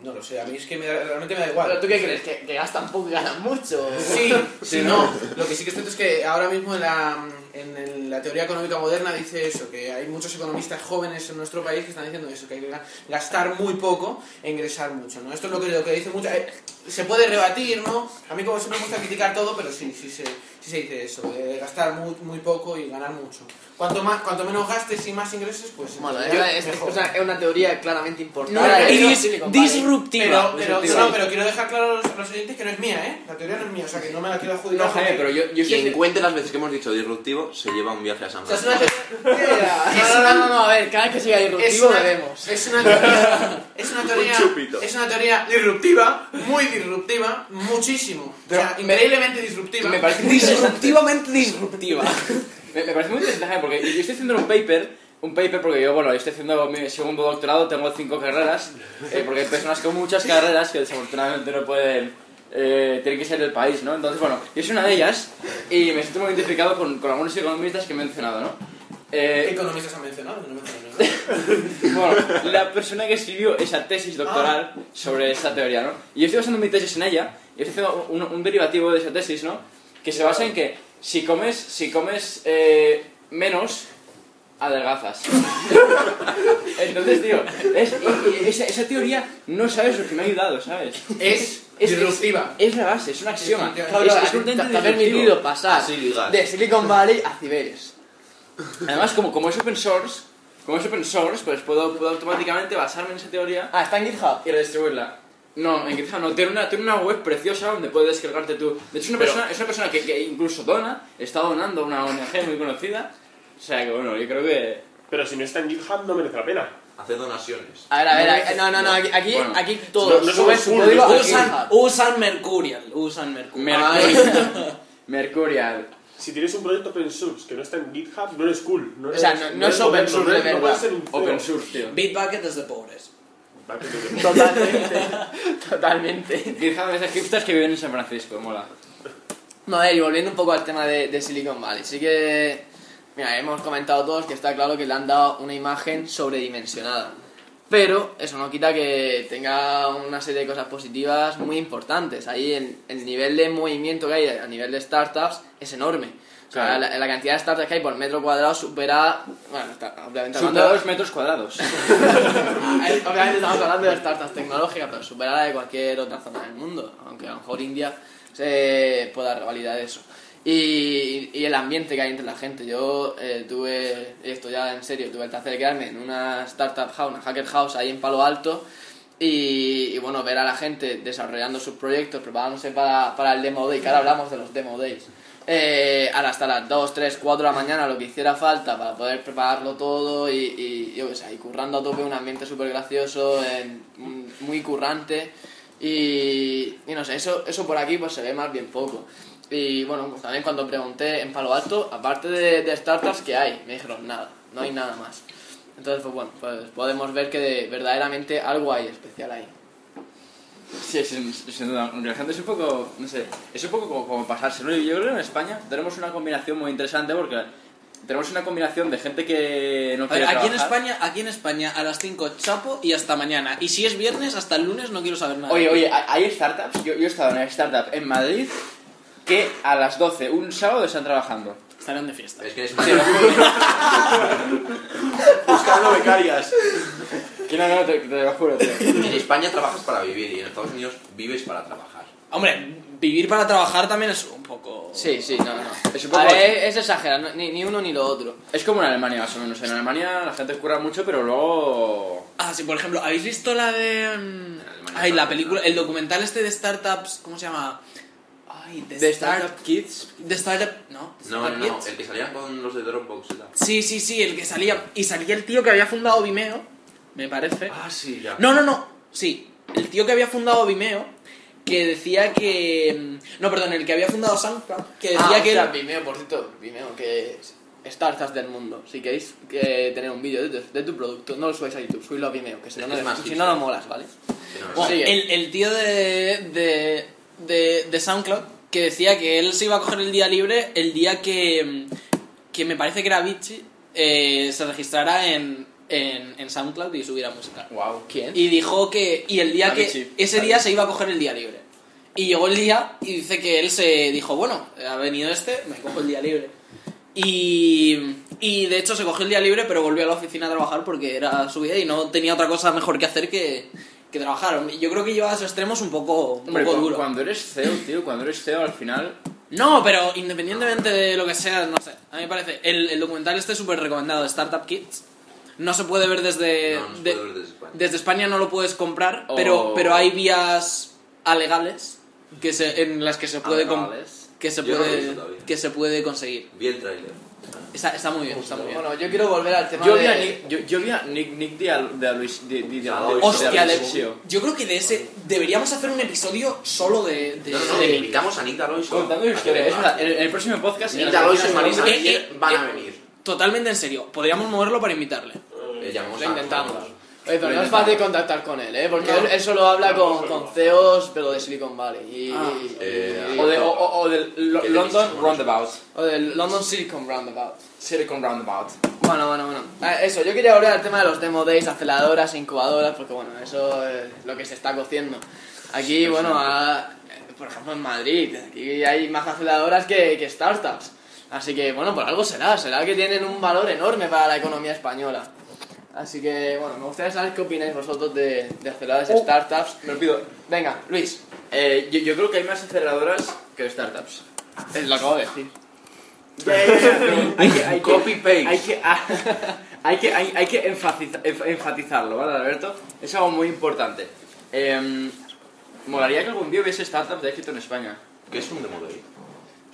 G: no lo sé, a mí es que me da- realmente me da igual.
D: Pero tú qué crees, que, que gastan poco y ganan mucho.
G: Sí, sí, no. Lo que sí que es cierto es que ahora mismo en la, en el- la teoría económica moderna dice eso, que hay muchos economistas jóvenes en nuestro país que están diciendo eso, que hay que ga- gastar muy poco e ingresar mucho, ¿no? Esto es lo que, lo que dice mucho. eh, se puede rebatir, ¿no? A mí como siempre me gusta criticar todo, pero sí, sí se, sí se dice eso, de gastar muy, muy poco y ganar mucho. Cuanto, más, cuanto menos gastes y más ingreses, pues...
D: Bueno,
G: en
D: es,
G: teoría,
D: una- eh, es-
G: mejor.
D: es una, es una teoría claramente importante.
A: No,
D: Ahora,
A: y
D: eso-
A: dis-
D: Silicon Valley.
A: disruptiva.
G: Pero, pero,
F: Disruptiva.
G: no, pero quiero dejar claro a los, a los oyentes que no es mía, ¿eh? La teoría no es mía, o sea que no me la quiero adjudicar.
F: No, Jaime,
G: porque-
F: pero yo, yo
B: Quien
F: estoy...
B: cuente las veces que hemos dicho disruptivo se lleva un viaje a San
G: O sea, es
B: Francisco.
G: una teoría...
D: No, no, no, no, a ver, cada vez que siga
G: es
D: disruptivo
G: una,
D: bebemos.
G: es una teoría, es una teoría,
C: Un chupito.
G: es una teoría disruptiva, muy disruptiva, muchísimo,
F: Pero
G: o sea, increíblemente disruptiva.
F: Me parece muy interesante.
A: Disruptivamente disruptiva.
F: Me, me parece muy interesante, Jaime, porque yo estoy haciendo un paper, un paper porque yo, bueno, estoy haciendo mi segundo doctorado, tengo cinco carreras, eh, porque hay personas con muchas carreras que desafortunadamente no pueden, eh, tienen que salir del país, ¿no? Entonces, bueno, yo soy una de ellas y me siento muy identificado con, con algunos economistas que he mencionado, ¿no?
G: ¿Qué
F: Eh,
G: economistas han mencionado? No mencionan nada.
F: bueno, la persona que escribió esa tesis doctoral sobre esta teoría, ¿no? Y yo estoy basando mi tesis en ella, y estoy haciendo un, un derivativo de esa tesis, ¿no? Que se basa en que si comes, si comes eh, menos, adelgazas. Entonces, tío, es- y- y esa, esa teoría no sabes lo que me ha ayudado, ¿sabes?
G: Es,
F: Es-
G: disruptiva.
F: Es la base, es un axioma.
G: Es-
D: Cabrón,
F: Es, es
D: te- te
F: completamente
D: ha
F: disruptivo.
D: permitido pasar
B: Así digas.
D: de Silicon Valley a Ciberes.
F: Además, como, como es open source, como es open source, pues puedo, puedo automáticamente basarme en esa teoría
D: Ah, está en GitHub.
F: y redistribuirla. No, en GitHub no, tiene una, tiene una web preciosa donde puedes descargarte tú. De hecho, es una
B: Pero-
F: persona, es una persona que, que incluso dona, está donando a una ONG muy conocida. O sea que bueno, yo creo que.
C: Pero si no está en GitHub, no merece la pena.
B: Hacer donaciones.
D: A ver, a ver,
F: No,
D: aquí- no, no, no, aquí, aquí,
F: bueno.
D: aquí todos
C: No, no
D: suben
C: somos
D: su
C: cool,
D: código a
A: Usan,
D: GitHub.
A: usan Mercurial, usan Mercurial.
F: Mercurial. Mercurial.
C: Si tienes un proyecto open source que no está en GitHub, no eres cool. No
D: O sea,
C: eres-
D: no- no es
C: eres
D: open
C: moderno,
D: source
C: no eres-
D: de
C: no puedes
D: verdad.
C: ser un feo.
F: Open source, tío.
A: Bitbucket es de pobres.
C: Va, que te-
D: Totalmente. Totalmente.
F: GitHub es de hipsters que viven en San Francisco, mola.
D: No, a ver, y volviendo un poco al tema de, de Silicon Valley. Sí que, mira, hemos comentado todos que está claro que le han dado una imagen sobredimensionada. Pero eso no quita que tenga una serie de cosas positivas muy importantes. Ahí el, el nivel de movimiento que hay a nivel de startups es enorme. O sea,
F: Claro.
D: la, la cantidad de startups que hay por metro cuadrado supera... Bueno, está- obviamente hablando-
F: Supera dos metros cuadrados.
D: Eh, Obviamente estamos hablando de startups tecnológicas, pero superada de cualquier otra zona del mundo, aunque a lo mejor India se pueda revalidar eso. Y, y el ambiente que hay entre la gente. Yo eh, tuve, esto ya en serio, tuve el placer de quedarme en una startup house, una hacker house ahí en Palo Alto. Y, y bueno, ver a la gente desarrollando sus proyectos, preparándose para, para el demo day, que ahora hablamos de los demo days. Eh, ahora hasta las 2, 3, 4 de la mañana, lo que hiciera falta para poder prepararlo todo y, y yo qué sé, y currando a tope un ambiente súper gracioso, en- mm, muy currante. Y, y no sé, eso, eso por aquí pues se ve más bien poco. Y bueno, pues también cuando pregunté en Palo Alto, aparte de, de startups, ¿qué hay? Me dijeron nada, no hay nada más. Entonces, pues bueno, pues podemos ver que de- verdaderamente algo hay especial ahí.
F: Sí, es, es- sin duda. La gente es un poco, no sé, es un poco como, como pasarse, ¿no? Yo creo que en España tenemos una combinación muy interesante porque tenemos una combinación de gente que no
A: A ver,
F: quiere
A: aquí en
F: trabajar.
A: España, aquí en España a las 5 chapo y hasta mañana. Y si es viernes, hasta el lunes no quiero saber nada.
F: Oye, oye, ¿ha- hay startups, yo, yo he estado en una startup en Madrid que a las 12, un sábado, están trabajando.
A: Estarán de fiesta.
B: Es que en España,
C: Buscando becarias.
F: Que no, no, te, te lo juro, tío.
B: en España trabajas para vivir y en Estados Unidos vives para trabajar.
A: Hombre, vivir para trabajar también es un poco...
D: Sí, sí, no, no.
F: Es
D: Es,
F: un poco-
D: es exagerado, no- ni, ni uno ni lo otro.
F: Es como en Alemania, más o menos. En Alemania la gente curra mucho, pero luego...
A: Ah, sí, por ejemplo, ¿habéis visto la de... mm,
B: En Alemania
A: Ay, la
B: también,
A: película,
B: ¿no?
A: el documental este de startups, ¿cómo se llama? Ay,
D: Ay, The,
E: De
D: Startup.
E: Startup Kids.
D: The Startup. No, The
B: No,
D: Startup
B: no,
D: Kids.
B: el que salía con los de Dropbox. y tal.
D: Sí, sí, sí, el que salía. Y salía el tío que había fundado Vimeo, me parece.
B: Ah, sí, ya.
D: No, no, no. Sí, el tío que había fundado Vimeo, que decía que. mm, No, perdón, el que había fundado SoundCloud, que decía
E: ah,
D: que.
E: hostia, Vimeo, por cierto, Vimeo, que es Startups del mundo. Si queréis que tener un vídeo de, tu- de tu producto, no lo subáis a YouTube, subidlo a Vimeo, que si no,
B: Es
E: no,
B: más
E: si
B: hipster.
E: no, no molas, ¿vale?
B: Sí, no,
D: Bueno,
B: sí.
E: Sigue.
D: el, el tío de, de, de, de SoundCloud que decía que él se iba a coger el día libre el día que, que me parece que era Vichy eh, se registrara en, en, en SoundCloud y subiera música.
E: Wow, ¿quién?
D: Y dijo que. Y el día
E: Avicii.
D: que. Ese día
E: Avicii.
D: se iba a coger el día libre. Y llegó el día y dice que él se dijo: Bueno, ha venido este, me cojo el día libre. Y. Y de hecho se cogió el día libre, pero volvió a la oficina a trabajar porque era su vida y no tenía otra cosa mejor que hacer que, que trabajar. Yo creo que llevaba a esos extremos un poco, un
F: Hombre,
D: poco
F: cu-
D: duro.
F: cuando eres CEO, tío, cuando eres CEO al final...
D: No, pero independientemente de lo que sea, no sé. A mí me parece. El, el documental este es súper recomendado, Startup Kids. No se puede ver desde.
B: No, no se
D: de-
B: puede ver desde España.
D: desde España no lo puedes comprar,
F: O-
D: pero, pero hay vías alegales que se, en las que se puede. com-
F: Ah, Alegales.
D: Que se
B: Yo no lo he visto
D: puede,
B: todavía.
D: que se puede conseguir.
B: Vi el tráiler.
D: Está, está muy bien, está muy bien.
G: Bueno, yo quiero volver al tema
F: Yo
G: de...
F: vi a Nick, yo, yo vi a Nick, Nick de, Al- de, Luis, de, de, de,
B: Aloysio.
F: de
D: Hostia, de-
F: Aloysio.
D: yo creo que de ese deberíamos hacer un episodio solo de. de-
B: No, no, no,
D: de-
B: que invitamos a Nita Lois.
F: Contando historias. Es verdad, en, en el próximo podcast... en
B: Nita
F: el-
B: Lois y Marisa
D: Eh, eh,
B: Miller van a
D: eh.
B: venir.
D: Totalmente en serio. Podríamos moverlo para invitarle.
B: Eh, llamamos
E: Lo
B: a-
E: intentamos. Oye, pero
F: Lo
E: no es
F: intentamos.
E: fácil contactar con él, ¿eh? Porque
G: No.
E: él, él solo habla
C: No,
E: con,
C: no,
E: con
C: no.
E: CEOs, pero de Silicon Valley. Y,
D: Ah.
E: y-
B: Eh,
E: y-
F: O, de, o, o, o del Lo-
B: Que de
F: London
B: mis-
F: Roundabout.
E: o del London Silicon Roundabout.
F: Silicon Roundabout.
E: Bueno, bueno, bueno. Ah, Eso, yo quería hablar del tema de los demo days, aceleradoras, incubadoras, porque bueno, eso eh, es lo que se está cociendo. Aquí, bueno, a- por ejemplo en Madrid, aquí hay más aceleradoras que, que startups. Así que, bueno, por algo será, será que tienen un valor enorme para la economía española. Así que, bueno, me gustaría saber qué opináis vosotros de, de aceleradoras y startups.
F: Me olvido.
E: Venga, Luis,
F: Eh, yo, yo creo que hay más aceleradoras que startups.
E: es lo acabo de decir.
F: hay que, hay que-
B: Copy paste.
F: Hay que, ah, hay que, hay, hay que enfatiza- enf- enfatizarlo, ¿vale, Alberto? Es algo muy importante. Em, molaría que algún día hubiese startups de éxito en España.
B: ¿Qué es un demo day?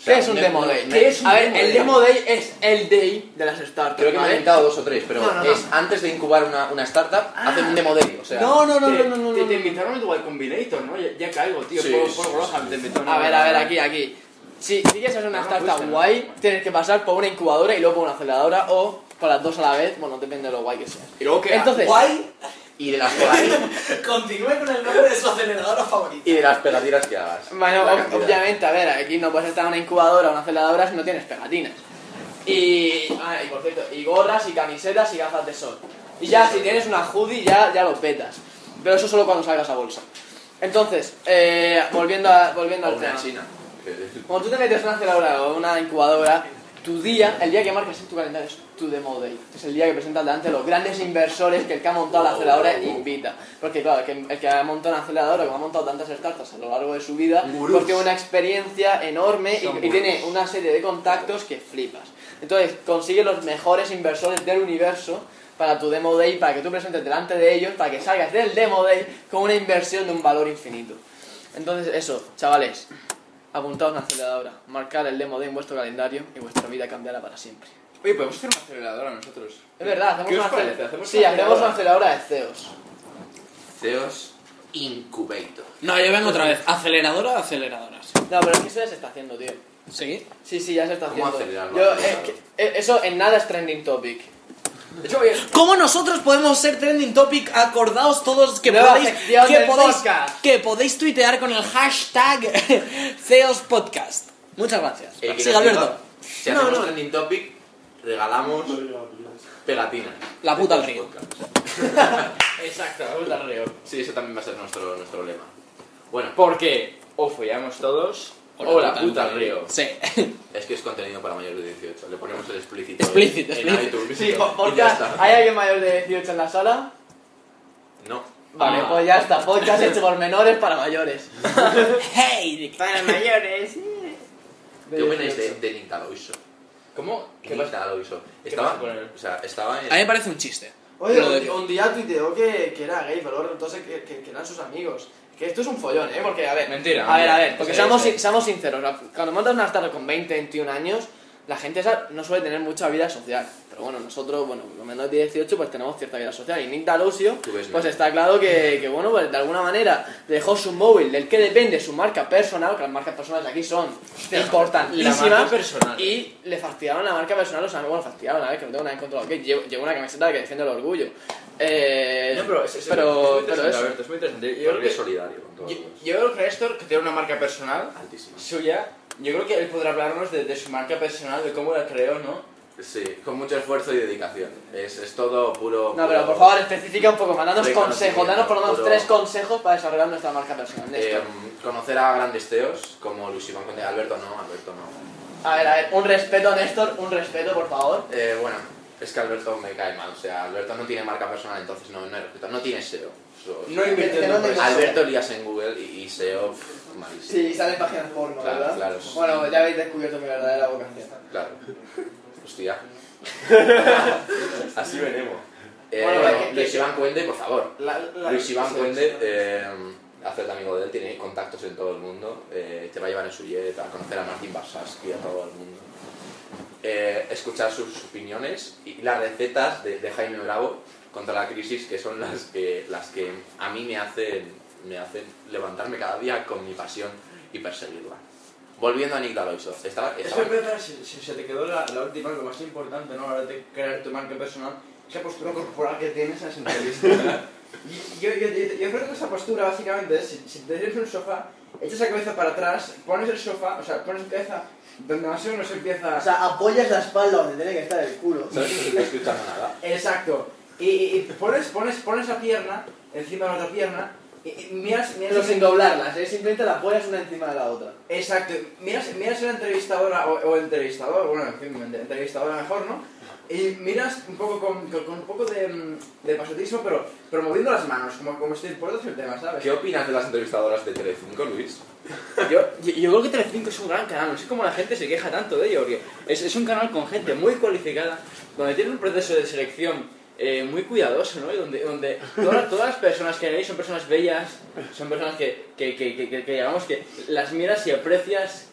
E: ¿Qué es un demo day? A ver, el demo day es el day de las startups.
B: Creo que me han
E: ¿vale?
B: inventado dos o tres, pero
E: No, no, no.
B: es antes de incubar una, una startup, hacen un demo day. O sea,
E: No, no, no, no, no, no,
F: Te,
E: no.
F: te invitaron al Dual Combinator, ¿no? Ya, ya caigo, tío.
B: Sí,
F: Paul,
B: sí,
F: Paul Graham te invitó
E: A ver, a ver, aquí, aquí. Si, si quieres hacer una
F: No, no
E: startup
F: fuiste, ¿no?
E: guay, tienes que pasar por una incubadora y luego por una aceleradora o por las dos a la vez. Bueno, depende de lo guay que sea.
F: Y luego que...
E: Entonces,
G: Guay,
B: Y de las pegatinas,
G: continúe con el nombre de su aceleradora favorita.
B: y de las pegatinas que hagas.
E: bueno,
B: La
E: ob-
B: cantidad.
E: obviamente, a ver, aquí no puedes estar en una incubadora o una aceleradora si no tienes pegatinas. Y, ah, y por cierto, y gorras y camisetas y gafas de sol. Y ya, si tienes una hoodie, ya, ya lo petas. Pero eso solo cuando salgas a bolsa. Entonces, eh, volviendo, a- volviendo
B: O
E: al
B: una
E: tema.
B: china.
E: Cuando tú te metes en una aceleradora o una incubadora, tu día, el día que marcas en tu calendario es tu demo day. Es el día que presentas delante de los grandes inversores que el que ha montado la
B: Wow,
E: aceleradora
B: wow, wow.
E: invita. Porque claro, el que, el que ha montado una aceleradora, que ha montado tantas startups a lo largo de su vida,
B: Gurús.
E: porque tiene una experiencia enorme y-
B: Son
E: y, tiene
B: gurús.
E: una serie de contactos que flipas. Entonces, consigue los mejores inversores del universo para tu demo day, para que tú presentes delante de ellos, para que salgas del demo day con una inversión de un valor infinito. Entonces, eso, chavales, Apuntaos una aceleradora, marcar el demo day en vuestro calendario y vuestra vida cambiará para siempre.
F: Oye, podemos hacer una aceleradora nosotros.
E: Es verdad, hacemos
F: ¿Qué os
E: una
F: parece?
E: aceleradora.
F: ¿Hacemos
E: sí,
F: una
E: hacemos una aceleradora de CEOs.
B: Zeos E Incubator.
D: No, yo vengo otra vez. Aceleradora, aceleradoras.
E: No, pero es que eso ya se está haciendo, tío.
D: ¿Sí?
E: Sí, sí, ya se está
B: ¿Cómo
E: haciendo.
B: acelerar
E: Yo,
B: una
E: eh,
B: aceleradora?
E: que- eh, eso en nada es trending topic. De hecho, oye,
D: ¿Cómo nosotros podemos ser trending topic? Acordaos todos que
E: Nueva
D: podéis,
E: sección
D: que,
E: del
D: podéis
E: podcast.
D: que podéis tuitear con el hashtag CEOS Podcast. Muchas gracias.
B: El que
D: Sigue
B: nos
D: Alberto.
B: diga, Si
D: No,
B: hacemos
D: no.
B: trending topic, regalamos pegatinas.
D: La puta
B: De
D: del río.
B: podcast.
E: exacto, me gusta el río.
B: Sí, eso también va a ser nuestro, nuestro lema. Bueno,
F: Porque o follamos todos o la, puta al río.
D: Sí.
B: es que es contenido para mayores de 18. Le ponemos el explícito.
D: Explícito,
B: en
D: explícito.
B: iTunes.
E: Sí, po-
B: Y ya
E: podcast.
B: está.
E: ¿Hay alguien mayor de 18 en la sala?
B: No.
E: Vale,
B: Ah.
E: pues ya está, podcast hecho por menores para mayores.
D: Hey,
E: Para mayores.
B: ¿Qué opináis de, de Nita Loiso?
F: ¿Cómo? ¿Qué pasa?
B: Nita Loiso.
F: pasa
B: Estaba,
F: con él?
B: o sea, estaba en...
D: a mí me parece un chiste.
G: Oye,
D: Lo de
G: un,
D: que-
G: un día tuiteó que, que era gay, pero luego resultó ser que, que, que eran sus amigos.
E: Que esto es un follón, ¿eh? Porque, a ver.
F: Mentira,
E: A ver,
F: mentira.
E: a ver, porque
F: Sí,
E: seamos,
F: sí.
E: sin- seamos sinceros. la- Cuando montas una startup con 20, 21 años, la gente esa no suele tener mucha vida social. Pero bueno, nosotros, bueno, lo menos de 18, pues tenemos cierta vida social. Y Nick Dalosio,
B: Tú ves, ¿no?
E: pues está claro que, que, bueno, pues de alguna manera dejó su móvil, del que depende su marca personal, que las marcas personales aquí son importantísimas.
F: la marca personal.
E: Y le fastidiaron la marca personal, o sea, bueno, fastidiaron, a ver, que no tengo nada en contra de lo que llevo, llevo una camiseta que defiende el orgullo. Eh,
F: No, pero es, es-
E: pero,
F: es muy
E: pero
F: interesante,
E: eso.
F: Alberto, es muy interesante. Yo,
B: Yo
F: creo
B: es
F: que,
B: solidario con todos.
F: yo,
B: los-
F: yo creo que Restor, que tiene una marca personal
B: Altísimo.
F: suya, yo creo que él podrá hablarnos de, de su marca personal, de cómo la creó, ¿no?
B: Sí, con mucho esfuerzo y dedicación. Es, es todo puro.
E: No, pero
B: puro-
E: por favor, especifica un poco más, danos
B: Reconocimiento,
E: consejos, danos por lo menos
B: puro-
E: tres consejos para desarrollar nuestra marca personal.
B: eh,
E: Néstor.
B: conocer a grandes teos como Luis Iván Conde. Alberto no, Alberto no.
E: a ver, a ver, un respeto, Néstor, un respeto, por favor.
B: Eh, bueno, es que Alberto me cae mal. O sea, Alberto no tiene marca personal, entonces no, no hay respeto. No tiene SEO. So-
G: No inventes
E: Que no
G: nombres.
E: te-
B: Alberto lías en Google y, y SEO, pff, malísimo.
E: Sí, sale en páginas porno,
B: Claro,
E: ¿verdad?
B: claro.
E: Bueno, ya habéis descubierto mi verdadera vocación.
B: Claro. Hostia. Así venimos. Eh,
E: Bueno,
B: bueno,
E: que- que-
B: Luis Iván Cuende, por favor.
G: La- la-
B: Luis Iván
G: sí,
B: Cuende,
G: sí.
B: eh, hacerte amigo de él, tiene contactos en todo el mundo, eh, te va a llevar en su jet, a conocer a Martín Barsaski, a todo el mundo. Eh, escuchar sus opiniones y las recetas de, de Jaime Bravo contra la crisis, que son las que, las que a mí me hacen, me hacen levantarme cada día con mi pasión y perseguirla. Volviendo a Nick Daloiso, estaba,
F: Eso
B: estaba-
F: es verdad, se, se, se te quedó la, la última, lo más importante, ¿no? A la hora de crear tu marca personal, esa postura corporal que tienes en esa entrevista. Y- yo, yo, yo, yo creo que esa postura básicamente es, si, si te en un sofá, echas la cabeza para atrás, pones el sofá, o sea, pones la cabeza donde más o menos empieza...
H: O sea, apoyas la espalda donde tiene que estar el culo.
B: ¿Sabes? No estoy escuchando nada.
F: Exacto. Y, y- y pones, pones, pones la pierna encima de la otra pierna, y, y miras, miras
H: Pero sin doblarlas, ¿eh? simplemente la apoyas una encima de la otra.
F: Exacto, miras, miras a la entrevistadora o, o entrevistador, bueno, en fin, ent- entrevistadora mejor, ¿no? Y miras un poco con, con- con un poco de, mm, de pasotismo, pero, pero moviendo las manos, como, como si te importas el tema, ¿sabes?
B: ¿Qué opinas de las entrevistadoras de Telecinco, Luis?
E: Yo, yo, yo creo que Telecinco es un gran canal, no sé cómo la gente se queja tanto de ello, porque es, es un canal con gente muy cualificada, donde tiene un proceso de selección eh, muy cuidadoso, ¿no? Y donde, donde todas, todas las personas que hay son personas bellas, son personas que, que, que, que, que- que, digamos que las miras y aprecias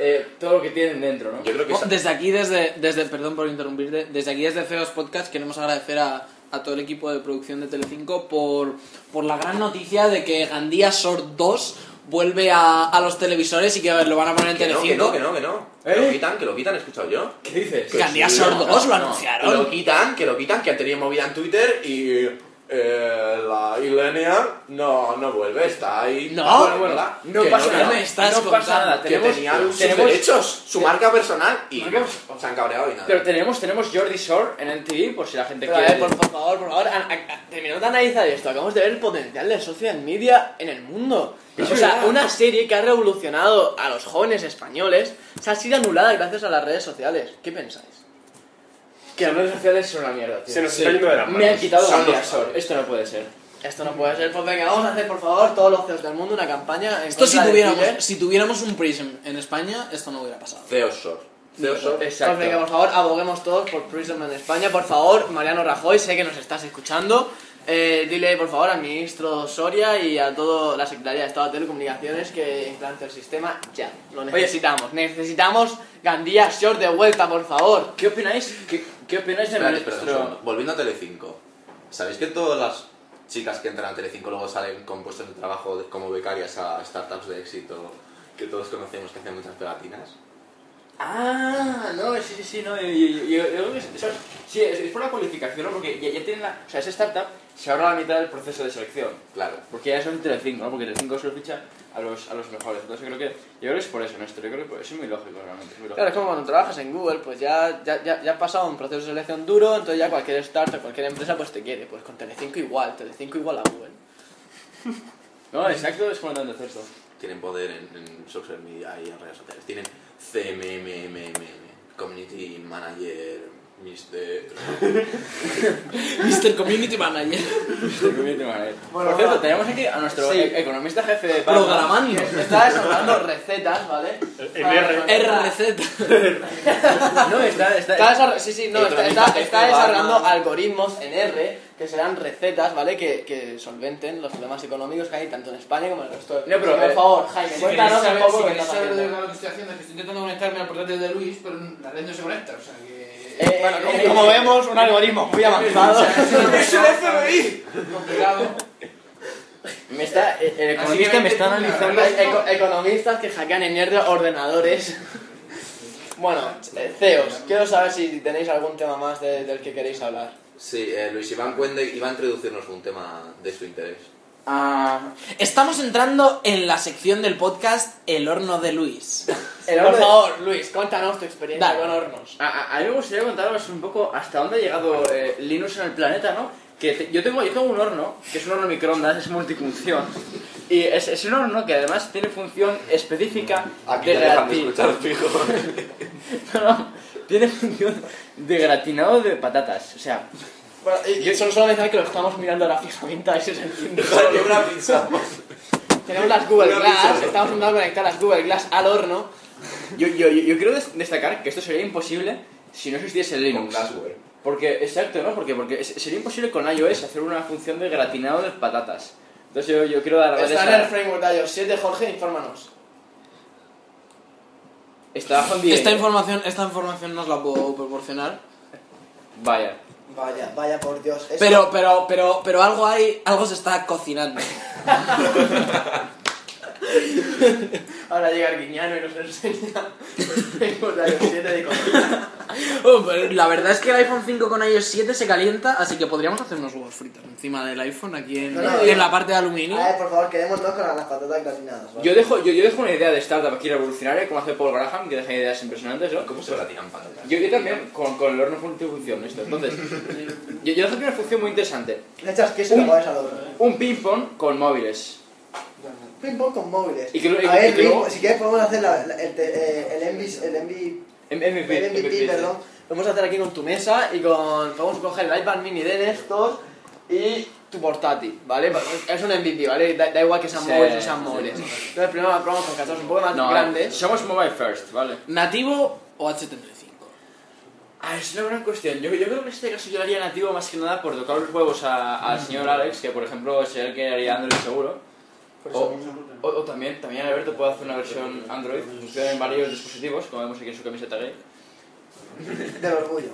E: eh, todo lo que tienen dentro, ¿no?
B: Yo creo que
D: Bueno, Desde aquí, desde, desde, perdón por interrumpirte, desde aquí, desde Feos Podcast, queremos agradecer a, a todo el equipo de producción de Telecinco por, por la gran noticia de que Gandía Sort 2 vuelve a, a los televisores y que a ver, lo van a poner en
B: Que no, que
D: Telecinco.
B: no, que no, que no. Que lo quitan, que lo quitan, he escuchado yo.
E: ¿Eh? ¿Qué dices?
D: Gandía
B: sí,
D: Sort
B: no,
D: 2 lo
B: no.
D: anunciaron.
B: Lo quitan, que lo quitan, que han tenido movida en Twitter y eh, la Ilenia no, no vuelve, está ahí.
D: No,
B: Ah, bueno,
D: bueno,
B: ¿verdad?
E: no
B: Que
E: pasa
B: que
E: nada.
D: me estás
E: no
D: contando.
E: pasa nada,
B: Que
E: tenemos-
B: tenía sus
E: tenemos-
B: derechos, su marca personal y
E: Marcos.
B: se han cabreado y nada.
E: Pero tenemos, tenemos Jordi Shore en NTV, por si la gente
D: Pero a
E: quiere...
D: ver, por favor, por favor, a- a- a-
E: Terminando de analizar esto, acabamos de ver el potencial del social media en el mundo. o sea, una serie que ha revolucionado a los jóvenes españoles se ha sido anulada gracias a las redes sociales. ¿Qué pensáis? Que las redes sociales son una mierda, tío.
C: Se nos está yendo de las manos.
E: Me han quitado
B: Son
E: la vida,
B: los padres.
E: Esto no puede ser. Esto no puede ser. Pues venga, vamos a hacer, por favor, todos los CEOs del mundo una campaña en
D: esto si
E: contra de
D: tuviéramos,
E: Twitter.
D: si tuviéramos un Prism en España, esto no hubiera pasado.
B: Theosor. Theosor.
E: Exacto. Pues venga, por favor, aboguemos todos por Prism en España. Por favor, Mariano Rajoy, sé que nos estás escuchando. Eh, dile, por favor, al ministro Soria y a toda la Secretaría de Estado de Telecomunicaciones que implante el sistema ya. Lo necesitamos. Necesitamos Gandía Short de vuelta, por favor.
F: ¿Qué opináis? ¿Qué, opináis
B: Espera, espera, un segundo. Volviendo a Telecinco. ¿Sabéis que todas las chicas que entran a Telecinco luego salen con puestos de trabajo de- como becarias a startups de éxito que todos conocemos que hacen muchas pegatinas?
F: Ah, no, sí, sí, sí, no, yo, yo- yo- yo creo que es, eso es- sí, es, es por la cualificación, ¿no? Porque ya, ya tienen la, o sea, esa startup se ahorra la mitad del proceso de selección.
B: Claro.
F: Porque ya son Telecinco, ¿no? Porque Telecinco solo ficha a los, a los mejores. Entonces yo creo que, yo creo que es por eso, Néstor. Yo creo que por- eso es muy lógico, realmente. es muy lógico.
E: Claro, es como cuando trabajas en Google, pues ya, ya, ya, ya has pasado un proceso de selección duro, entonces ya cualquier startup, cualquier empresa, pues te quiere. Pues con Telecinco igual, Telecinco igual a Google.
F: No, exacto, es como lo hacer esto.
B: Tienen poder en, en social media y en redes sociales. Tienen CMMMM, Community Manager, Mister.
D: Mr. Community Manager.
E: Por cierto, tenemos aquí a nuestro
F: Sí.
E: e- economista jefe de Parma.
D: Programando.
E: Está desarrollando recetas, ¿vale? Ah,
C: En R.
D: RZ.
E: No, está, está,
F: Está
E: desarrollando, sí, sí, no, está,
F: Economista
E: está-
F: jefe
E: está
F: de
E: desarrollando
F: Batman.
E: algoritmos en R que serán recetas, ¿vale? Que, que solventen los problemas económicos que hay tanto en España como en el resto del
F: No, pero,
E: Así que,
F: eh,
E: por favor, Jaime,
G: Si queréis
E: cuéntanos un
G: saber,
E: poco
G: si
E: qué
G: queréis
E: estás
G: saber de
E: haciendo.
G: lo que estoy haciendo, es que estoy intentando conectarme al portátil de Luis, pero la red no se conecta, o sea que...
E: Eh,
G: bueno,
E: eh, como vemos, un algoritmo muy avanzado.
G: ¡Es el FBI! Complicado.
E: Me está, eh, el
G: Así que
E: economista me está
G: vete tú,
E: analizando.
G: ahora mismo.
E: eco- economistas que hackean en nerd ordenadores. bueno, eh, CEOs, quiero saber si tenéis algún tema más de- del que queréis hablar.
B: Sí, eh, Luis Iván Cuende iba a introducirnos un tema de su interés.
E: Ah,
D: Estamos entrando en la sección del podcast El horno de Luis.
E: el
F: Por
E: Por favor, Luis, cuéntanos tu experiencia
D: Dale.
E: con hornos.
F: A, a- a mí me gustaría contaros un poco hasta dónde ha llegado eh, Linux en el planeta, ¿no? Que te- yo, tengo, yo tengo un horno, que es un horno microondas, es multifunción. Y es, es un horno que además tiene función específica
B: Aquí
F: de
B: te dejan de
F: grati-
B: escuchar, fijo.
F: No, no, tiene función de gratinado de patatas. O sea,
E: Bueno, y, y solo solo mencionar que lo estamos mirando ahora fijamente a ver si se entiende.
B: Joder, una pizza.
E: Tenemos las Google
B: Una
E: Glass,
B: pizza.
E: estamos intentando conectar las Google Glass al horno.
F: yo, yo, yo yo quiero des- destacar que esto sería imposible si no existiese
B: Con
F: Linux.
B: Glassware.
F: Porque, exacto, ¿no? Porque, porque es- sería imposible con iOS hacer una función de gratinado de patatas. Entonces yo, yo quiero dar las
E: Está en
F: gracias
E: el
F: a...
E: framework de iOS 7, Jorge, infórmanos.
F: Está Juan Diego.
D: Esta información, esta información nos la puedo proporcionar.
F: Vaya.
H: Vaya, vaya por Dios. Eso-
D: Pero, pero, pero, pero algo hay, algo se está cocinando.
E: Ahora llega el guiñano y nos enseña framework de iOS 7 de cocina.
D: Oh, pero la verdad es que el iPhone 5 con iOS 7 se calienta, así que podríamos hacer unos huevos fritos encima del iPhone aquí en,
H: No, no,
D: en
H: no.
D: la parte de aluminio.
H: A ver, por favor, quedémonos con las patatas gratinadas. ¿vale?
F: Yo dejo, yo, yo dejo una idea de startup aquí revolucionaria, como hace Paul Graham, que deja ideas impresionantes, ¿no?
B: ¿Cómo se gratinan patatas?
F: Yo, yo también, con, con el horno multifunción, esto. Entonces, yo, yo dejo aquí una función muy interesante.
H: Le echas queso y
F: Un-
H: lo pones al horno.
F: Un ping-pong con móviles.
H: Ping pong con móviles.
F: Y que lo- y
H: a
F: que-
H: ver,
F: y que
H: Luis,
F: luego-
H: si quieres podemos hacer la- la- el, te- eh, el MVP, el MVP,
F: M- MVP.
H: el MVP, perdón.
E: Lo vamos a hacer aquí con tu mesa y con. Podemos coger el iPad mini de estos y tu portátil, ¿vale? Es un MVP, ¿vale? Da, da igual que sean
F: Sí,
E: móviles o sean
F: sí.
E: móviles. Entonces primero probamos con cacharros un poco más
F: No, eh,
E: grandes.
F: somos mobile first, ¿vale?
D: ¿Nativo o HTML5?
F: Ah, es una gran cuestión. Yo, yo creo que en este caso yo lo haría nativo más que nada por tocar los huevos a- al señor Alex, que por ejemplo sería el que haría Android seguro. O, o- o también, también Alberto puede hacer una versión Android, funciona en varios dispositivos, como vemos aquí en su camiseta gay.
H: Del orgullo.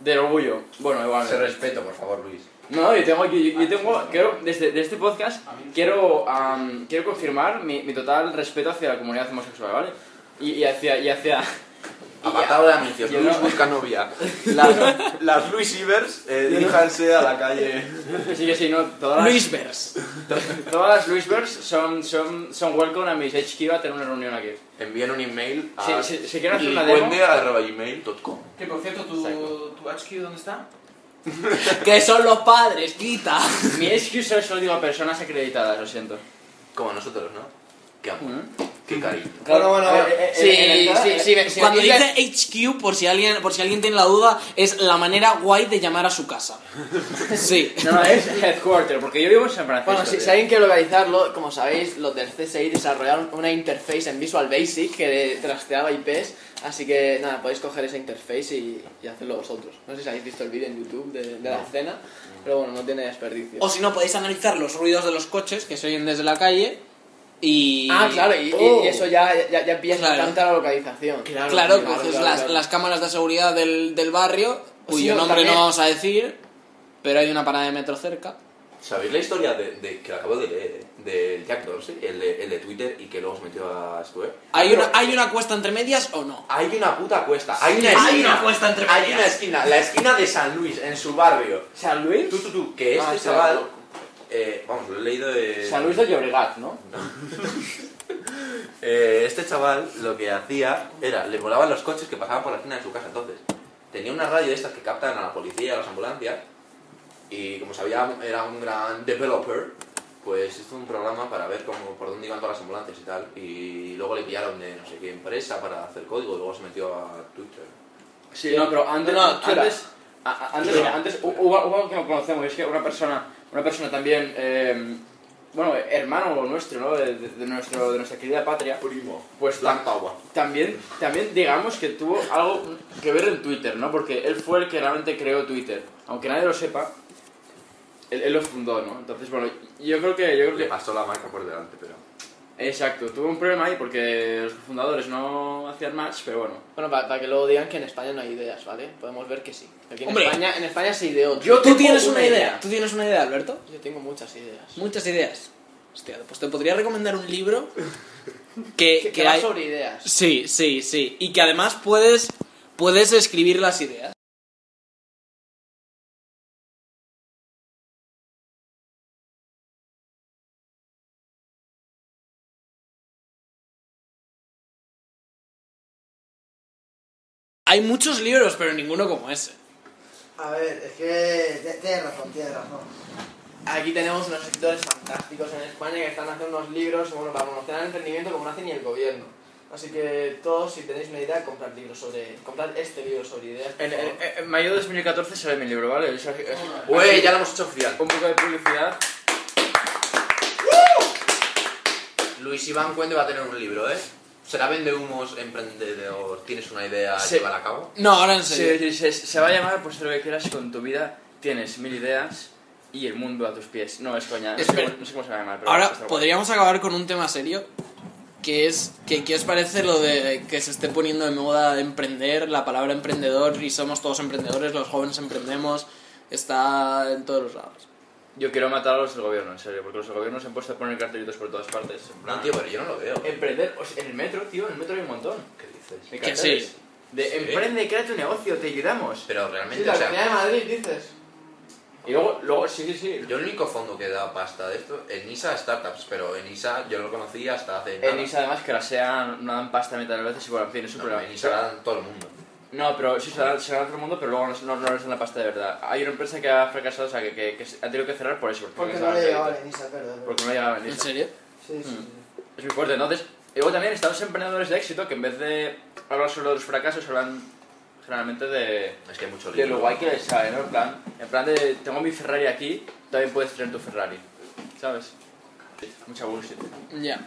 F: Del orgullo. Bueno, igual.
B: Se respeto, por favor, Luis.
F: No, yo tengo, yo, yo- yo tengo, quiero, desde, desde este podcast, quiero, am, quiero confirmar mi, mi total respeto hacia la comunidad homosexual, ¿vale? Y, y hacia, y hacia
B: Apartado de anuncios.
F: Yo
B: Luis
F: no-
B: busca novia.
I: Las, las Luis Ivers, eh, diríjanse a la calle.
F: que sí, que sí, no, todas las,
D: Luis Vers.
F: todas las Luisbergs son, son, son welcome a mis HQ a tener una reunión aquí.
B: Envíen un email a
F: Si, si, si quieren hacer una
B: Pues
F: demo,
B: lilcuende.gmail.com
G: Que por cierto, ¿tu, tu HQ dónde está?
D: Que son los padres, quita.
F: mi HQ solo se lo digo a personas acreditadas, lo siento.
B: Como nosotros, ¿no? Qué amor, qué cariño.
H: Bueno, bueno,
F: A ver,
H: eh,
F: eh,
E: Sí,
F: en- en entrada-
E: sí, sí, me- si me
D: Cuando
E: dices-
D: dice HQ, por si alguien, por si alguien tiene la duda, es la manera guay de llamar a su casa. Sí.
F: No, no,
E: eh.
F: es headquarter, porque yo vivo en San Francisco.
E: Bueno, si,
F: tío.
E: si alguien quiere localizarlo, como sabéis, los del CSI desarrollaron una interface en Visual Basic que trasteaba IPs, así que nada, podéis coger esa interface y, y hacerlo vosotros. No sé si habéis visto el vídeo en YouTube de, de la escena, pero bueno, no tiene desperdicio.
D: O si no, podéis analizar los ruidos de los coches que se oyen desde la calle y...
E: ah, claro, y, y-
D: Oh.
E: y eso ya, ya, ya pillas
D: Claro.
E: bastante la localización. Claro,
D: Claro, coges las, las cámaras de seguridad del, del barrio, cuyo
E: o
D: nombre
E: también-
D: no vamos a decir, pero hay una parada de metro cerca.
B: ¿Sabéis la historia de, de- que la acabo de leer? eh? Del Jack Dorsey, el de, el de Twitter y que luego se metió a Square.
D: ¿Hay una, ¿Hay una cuesta entre medias o no?
B: Hay una puta cuesta, hay una
D: Hay
B: esquina.
D: una cuesta entre
B: Hay
D: medias.
B: una esquina, la esquina de San Luis, en su barrio.
F: San Luis.
B: Tú, tú, tú, que este
F: Ah, sí,
B: chaval.
F: loco.
B: eh, vamos, lo he leído de.
F: San Luis de Llobregat, ¿no?
B: Eh, este chaval lo que hacía era, le volaban los coches que pasaban por la esquina de su casa entonces. Tenía una radio de estas que captan a la policía, a las ambulancias, y como sabía, era un gran developer, pues hizo un programa para ver cómo, por dónde iban todas las ambulancias y tal, y luego le pillaron de no sé qué empresa para hacer código, y luego se metió a Twitter.
F: Sí, no, pero antes,
E: No, no, chula.
F: antes, a- a- antes, antes hu- hubo, hubo algo que no conocemos, es que una persona, una persona también, eh, bueno, hermano nuestro, ¿no? De, de- de nuestro, de nuestra querida patria,
I: Primo.
F: pues tam-
B: Black Power.
F: también, también digamos que tuvo algo que ver en Twitter, ¿no? Porque él fue el que realmente creó Twitter, aunque nadie lo sepa, él, él lo fundó, ¿no? Entonces, bueno, yo creo que, yo creo
B: Le
F: que,
B: pasó la marca por delante, pero.
F: exacto, tuvo un problema ahí porque los fundadores no hacían match, pero bueno.
E: Bueno, para, que luego digan que en España no hay ideas, ¿vale? Podemos ver que sí. Aquí en,
D: Hombre.
E: España, en España se ideó.
D: Tú tienes una idea. Tú tienes una idea, Alberto.
E: Yo tengo muchas ideas.
D: Muchas ideas. Hostia, pues te podría recomendar un libro que,
E: Que,
D: que
E: va
D: hay-
E: sobre ideas.
D: Sí, sí, sí. Y que además puedes, puedes escribir las ideas. Hay muchos libros, pero ninguno como ese.
H: A ver, es que te- tienes razón, tienes razón.
E: Aquí tenemos unos escritores fantásticos en España que están haciendo unos libros bueno, para promocionar el emprendimiento como no hace ni el gobierno. Así que todos, si tenéis una idea, comprad libros sobre... Comprad este libro sobre ideas. por
F: En,
E: favor.
F: en, en mayo de 2014 sale mi libro, ¿vale? Es- es-
B: Wey, ya lo hemos hecho oficial.
F: un poco de publicidad.
B: Luis Iván Cuende va a tener un libro, ¿eh? ¿Será Vende Humos Emprendedor? ¿Tienes una idea
F: Sí.
B: llevar a cabo?
D: No, ahora en
F: Se,
D: serio.
F: se- se- se va a llamar pues lo que quieras con tu vida. Tienes mil ideas y el mundo a tus pies. No, es coña. No sé,
D: Espera.
F: cómo, no sé cómo se va a llamar. Pero pues
D: Ahora
F: está guay.
D: podríamos acabar con un tema serio, que es que qué os parece lo de que se esté poniendo de moda emprender, la palabra emprendedor y somos todos emprendedores, los jóvenes emprendemos, está en todos los lados.
F: Yo quiero matar a los del gobierno, en serio, porque los del gobierno se han puesto a poner cartelitos por todas partes. en plan-
B: No, tío, pero yo no lo veo.
F: Emprender, o sea, en el metro, tío, en el metro hay un montón.
B: ¿Qué
F: De
B: dices?
D: Que
F: carteles.
D: sí.
F: De
B: Sí.
F: emprende, crea tu negocio, te ayudamos.
B: Pero
E: Sí,
B: realmente,
E: la
B: o
E: Comunidad
B: sea,
E: de Madrid, dices.
F: Y luego, luego, sí, sí, sí.
B: yo el único fondo que da pasta de esto, en ISA Startups, pero en ISA yo no lo conocí hasta hace nada.
F: En Isa además que la SEA no dan pasta mitad de las veces y bueno, en fin, es un
B: No,
F: problema.
B: en ISA la dan todo el mundo.
F: No, pero sí se la, se la dan a todo el mundo, pero luego no, no les dan la pasta de verdad. Hay una empresa que ha fracasado, o sea, que, que, que ha tenido que cerrar por eso.
H: Porque
F: les
H: no
F: daban
H: le llegaba a
F: crédito.
H: Lenisa, perdón.
F: Porque no le llegaba
D: ¿En
F: Lenisa.
D: serio?
H: Sí, sí, sí.
F: Es muy fuerte, entonces... Y luego también están los emprendedores de éxito que en vez de hablar solo de los fracasos, hablan generalmente de,
B: Es que hay mucho
F: de lo
B: libro.
F: guay que les sale, ¿no? En plan, en plan de, tengo mi Ferrari aquí, también puedes tener tu Ferrari, ¿sabes? Mucha bullshit.
D: Ya.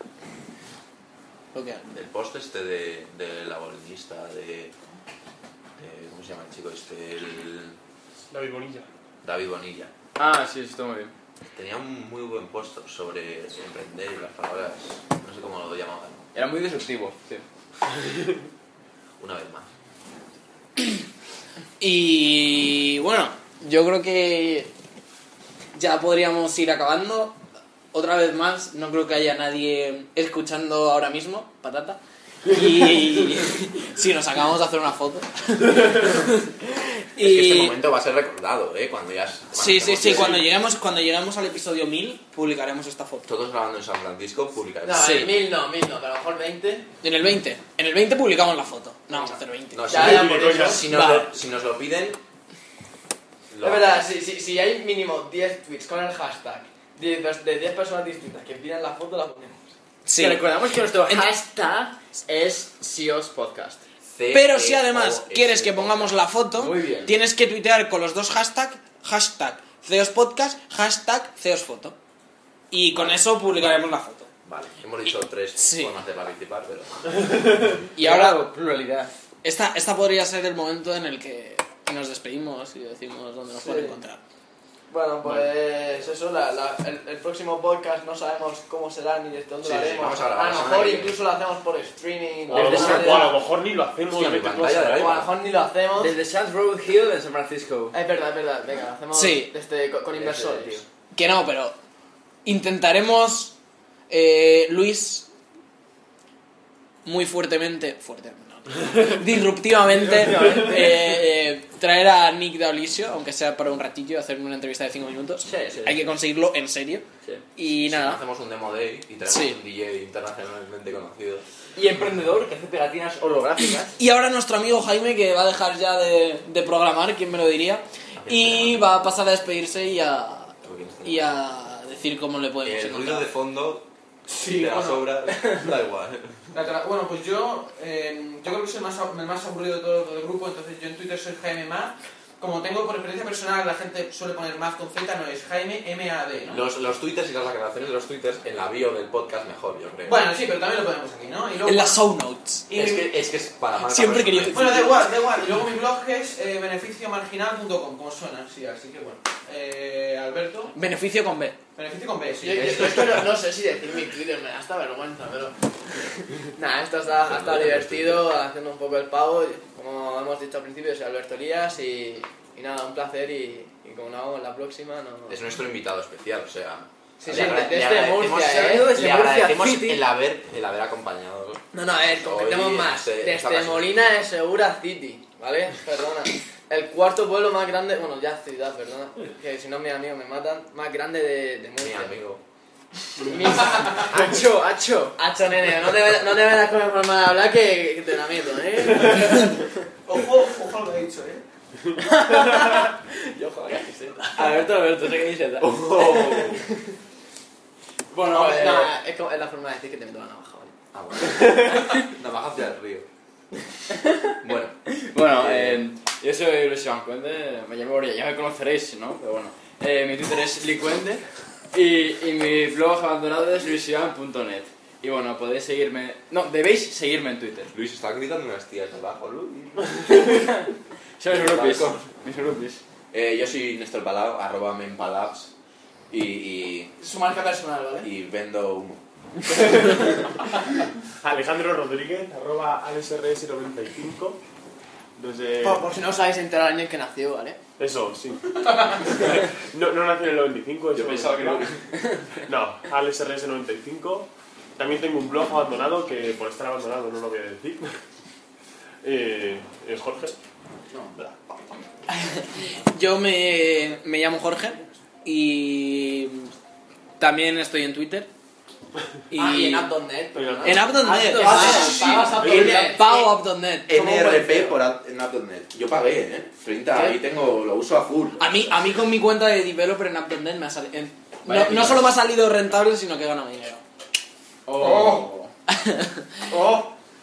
D: Lo que hay.
B: El post este de, del abolicionista, de, de- ¿Cómo se llama el chico este? El-
C: David Bonilla.
B: David Bonilla.
F: Ah, sí, sí, está muy bien.
B: Tenía un muy buen post sobre emprender y las palabras. No sé cómo lo llamaban.
F: Era muy disruptivo, sí.
B: Una vez más.
D: Y bueno, yo creo que ya podríamos ir acabando. Otra vez más, no creo que haya nadie escuchando ahora mismo, patata. Y si nos acabamos de hacer una foto.
B: Es que este momento va a ser recordado, ¿eh? Cuando ya... es- cuando
D: Sí, sí,
B: estemos
D: sí,
B: todos-
D: cuando lleguemos, cuando lleguemos al episodio 1000 publicaremos esta foto.
B: Todos grabando en San Francisco,
E: No,
B: publicaremos.
D: Sí.
E: en mil no, mil no, pero a lo mejor 20.
D: En el 20, en el 20 publicamos la foto. No vamos a hacer 20.
B: No, si,
E: Ya, ya, por
C: coño.
E: eso.
B: si nos
D: Va.
B: lo, si nos lo piden... lo
E: Es verdad,
B: hacemos.
E: si, si, si hay mínimo 10 tweets con el hashtag 10 pers- de 10 personas distintas que pidan la foto, la ponemos.
D: Sí.
F: Que recordamos que nuestro
D: Entonces-
F: hashtag es SEOs Podcast.
B: C,
D: Pero si
B: E, O,
D: además
B: S,
D: quieres que
B: O.
D: pongamos la foto,
F: Eh, oh, Muy bien.
D: tienes que tuitear con los dos hashtags, hashtag CEOspodcast, hashtag CEOsFoto. Y con eso publicaremos la foto.
B: Vale, hemos dicho tres
D: Sí.
B: formas de participar, pero...
D: Y ahora,
F: pluralidad.
D: esta, esta podría ser el momento en el que nos despedimos y decimos dónde nos
E: Sí.
D: pueden encontrar.
E: Bueno, pues eso, la, la- el, el próximo podcast no sabemos cómo será ni desde dónde
B: Sí,
E: lo
B: sí,
E: haremos.
B: vamos a grabar la
E: lo
B: semana
E: mejor
B: que viene.
E: incluso lo hacemos por streaming.
C: O a lo
E: desde
C: mejor,
E: una
C: o a
E: idea-
C: lo mejor ni lo hacemos. este
B: Hostia, mi
C: vete tú a
B: pantalla de
C: saber.
E: o a lo mejor ni lo hacemos.
F: Desde South Road Hill en San Francisco.
E: Ah, Es verdad, es verdad, venga, lo hacemos
D: Sí.
E: desde, con, con inversores.
F: Desde-
D: Que no, pero intentaremos, eh, Luis, muy fuertemente, fuerte, no, disruptivamente, eh, eh, traer a Nick D'Aulisio, aunque sea para un ratillo, hacer una entrevista de 5 minutos.
F: Sí, sí.
D: Hay que conseguirlo en serio.
F: Sí.
D: Y
B: Si no
D: nada,
B: hacemos un demo day y tenemos
D: Sí.
B: un DJ internacionalmente conocido.
F: Y emprendedor que hace pegatinas holográficas.
D: Y ahora nuestro amigo Jaime, que va a dejar ya de, de programar, quién me lo diría, y va a pasar a despedirse y a, y a decir cómo le podemos
B: El ruido
D: encontrar.
B: de fondo
G: Sí,
I: te la
G: bueno.
I: sobra, da igual.
G: La tra- bueno, pues yo, eh, yo creo que soy el más, ab- el más aburrido de todo, todo el grupo, entonces yo en Twitter soy Jaime Maz. Como tengo por experiencia personal, la gente suele poner Maz con Z, no es Jaime M-A-D, ¿no?
I: Los, los twitters y las aclaraciones de los twitters en la bio del podcast mejor, yo creo.
G: Bueno, sí, pero también lo ponemos aquí, ¿no? Y luego,
D: En las show notes.
G: y-
I: es, que, es que es para marca
D: Siempre
I: personal.
D: quería-
G: Bueno, da igual, da igual. Y luego mi blog es eh, beneficiomarginal.com, como suena, sí, así que bueno. Eh, Alberto,
D: Beneficio con B.
G: beneficio con B, sí.
E: Yo, yo- yo esto no, no sé si decir mi Twitter, me da hasta vergüenza, pero. Nah, esto está, ha
B: pues
E: estado divertido, haciendo un poco el pavo. Como hemos dicho al principio, soy Alberto Lías y, y nada, un placer. Y, y como no hago en la próxima, no.
B: Es nuestro invitado especial, o sea.
E: Sí,
B: le
E: sí,
B: agra-
E: desde
B: le agradecemos-
E: Murcia, ¿eh? Desde
B: le
E: Murcia
B: agradecemos
E: City.
B: el haber, el haber acompañado. ¿no?
E: No, no, a ver, concretemos
B: Hoy,
E: más.
B: este, esta
E: Desde
B: ocasión.
E: Molina de Segura City, ¿vale? Perdona. El cuarto pueblo más grande, bueno, ya ciudad, perdona, que si no mis amigos me matan, más grande de,
B: Mi
E: de Murcia.
B: amigo.
E: Mis- Hacho, hacho. Hacho, nene, no te, ve- no te verás con mi forma de hablar que, que te la meto, ¿eh?
G: Ojo, ojo a lo que he dicho, ¿eh?
E: Yo juego a camiseta. Alberto, Alberto, sé que dices. Bueno,
B: pues
F: Joder.
E: nada, es, como- es la forma de decir que te meto la navaja, ¿vale?
B: Ah, bueno. Navaja hacia el río. Bueno,
F: Bueno, eh, yo soy Luis Iván Cuente, me llamo Boria, ya me conoceréis, ¿no? Pero bueno, eh, mi Twitter es Licuente y, y mi blog abandonado es luisivan.net. Y bueno, podéis seguirme, no, debéis seguirme en Twitter.
B: Luis está gritando unas tías debajo, Luis.
F: Soy mis groupies,
B: Balcón.
F: mis groupies.
B: Eh, yo soy Néstor Palau, arroba menpalabs. Y, y,
E: Su marca personal, ¿vale?
B: y vendo humo.
C: Alejandro Rodríguez, arroba ALSRS95. Desde...
E: Por, por si no os habéis enterado el año en que nació, ¿vale?
C: Eso, sí. no, no nací en el 95, eso
I: no.
C: No, AlexRS95. También tengo un blog abandonado que por estar abandonado no lo voy a decir. Eh, ¿Es Jorge? No.
D: Yo me, me llamo Jorge y también estoy en Twitter. Y,
E: Ah, y en app.net. perdona.
D: En app.net.
E: Aptos,
D: Ah,
E: pagas,
D: sí, sí.
E: pagas
D: En
E: app.net.
D: el pago app.net.
B: Eh. NRP por ad- en app.net. Yo pagué, ¿eh? 30, ahí tengo, lo uso a full.
D: A mí, a mí con mi cuenta de developer en app.net me ha sali- en-
B: Vaya
D: no, no solo me ha salido rentable, sino que he ganado dinero.
F: Oh.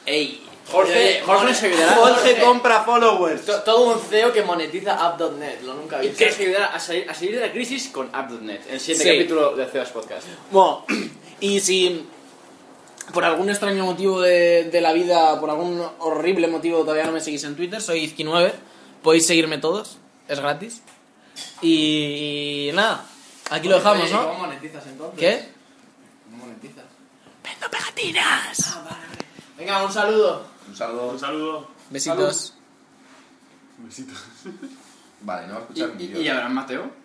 D: Ey.
E: Jorge, Jorge seguirá.
B: compra followers.
E: To- Todo un
D: E
E: CEO que monetiza app.net, lo nunca
F: Y
E: vi.
F: que ayudar a salir, a salir de la crisis con app.net, el siguiente
D: Sí.
F: capítulo de CEOs Podcast.
D: Bueno, y si por algún extraño motivo de, de la vida, por algún horrible motivo todavía no me seguís en Twitter, soy Izki9, podéis seguirme todos, es gratis. Y, nada, aquí lo dejamos,
E: Oye, ¿Cómo
D: ¿no?
E: monetizas entonces?
D: ¿Qué?
E: ¿Cómo monetizas?
D: Vendo pegatinas.
E: Venga, un saludo.
B: Un saludo.
C: Un saludo.
D: Besitos.
C: Besitos.
B: Vale, no va a
F: ¿Y,
B: escuchar ni
F: y,
B: Dios.
F: y Abraham Mateo?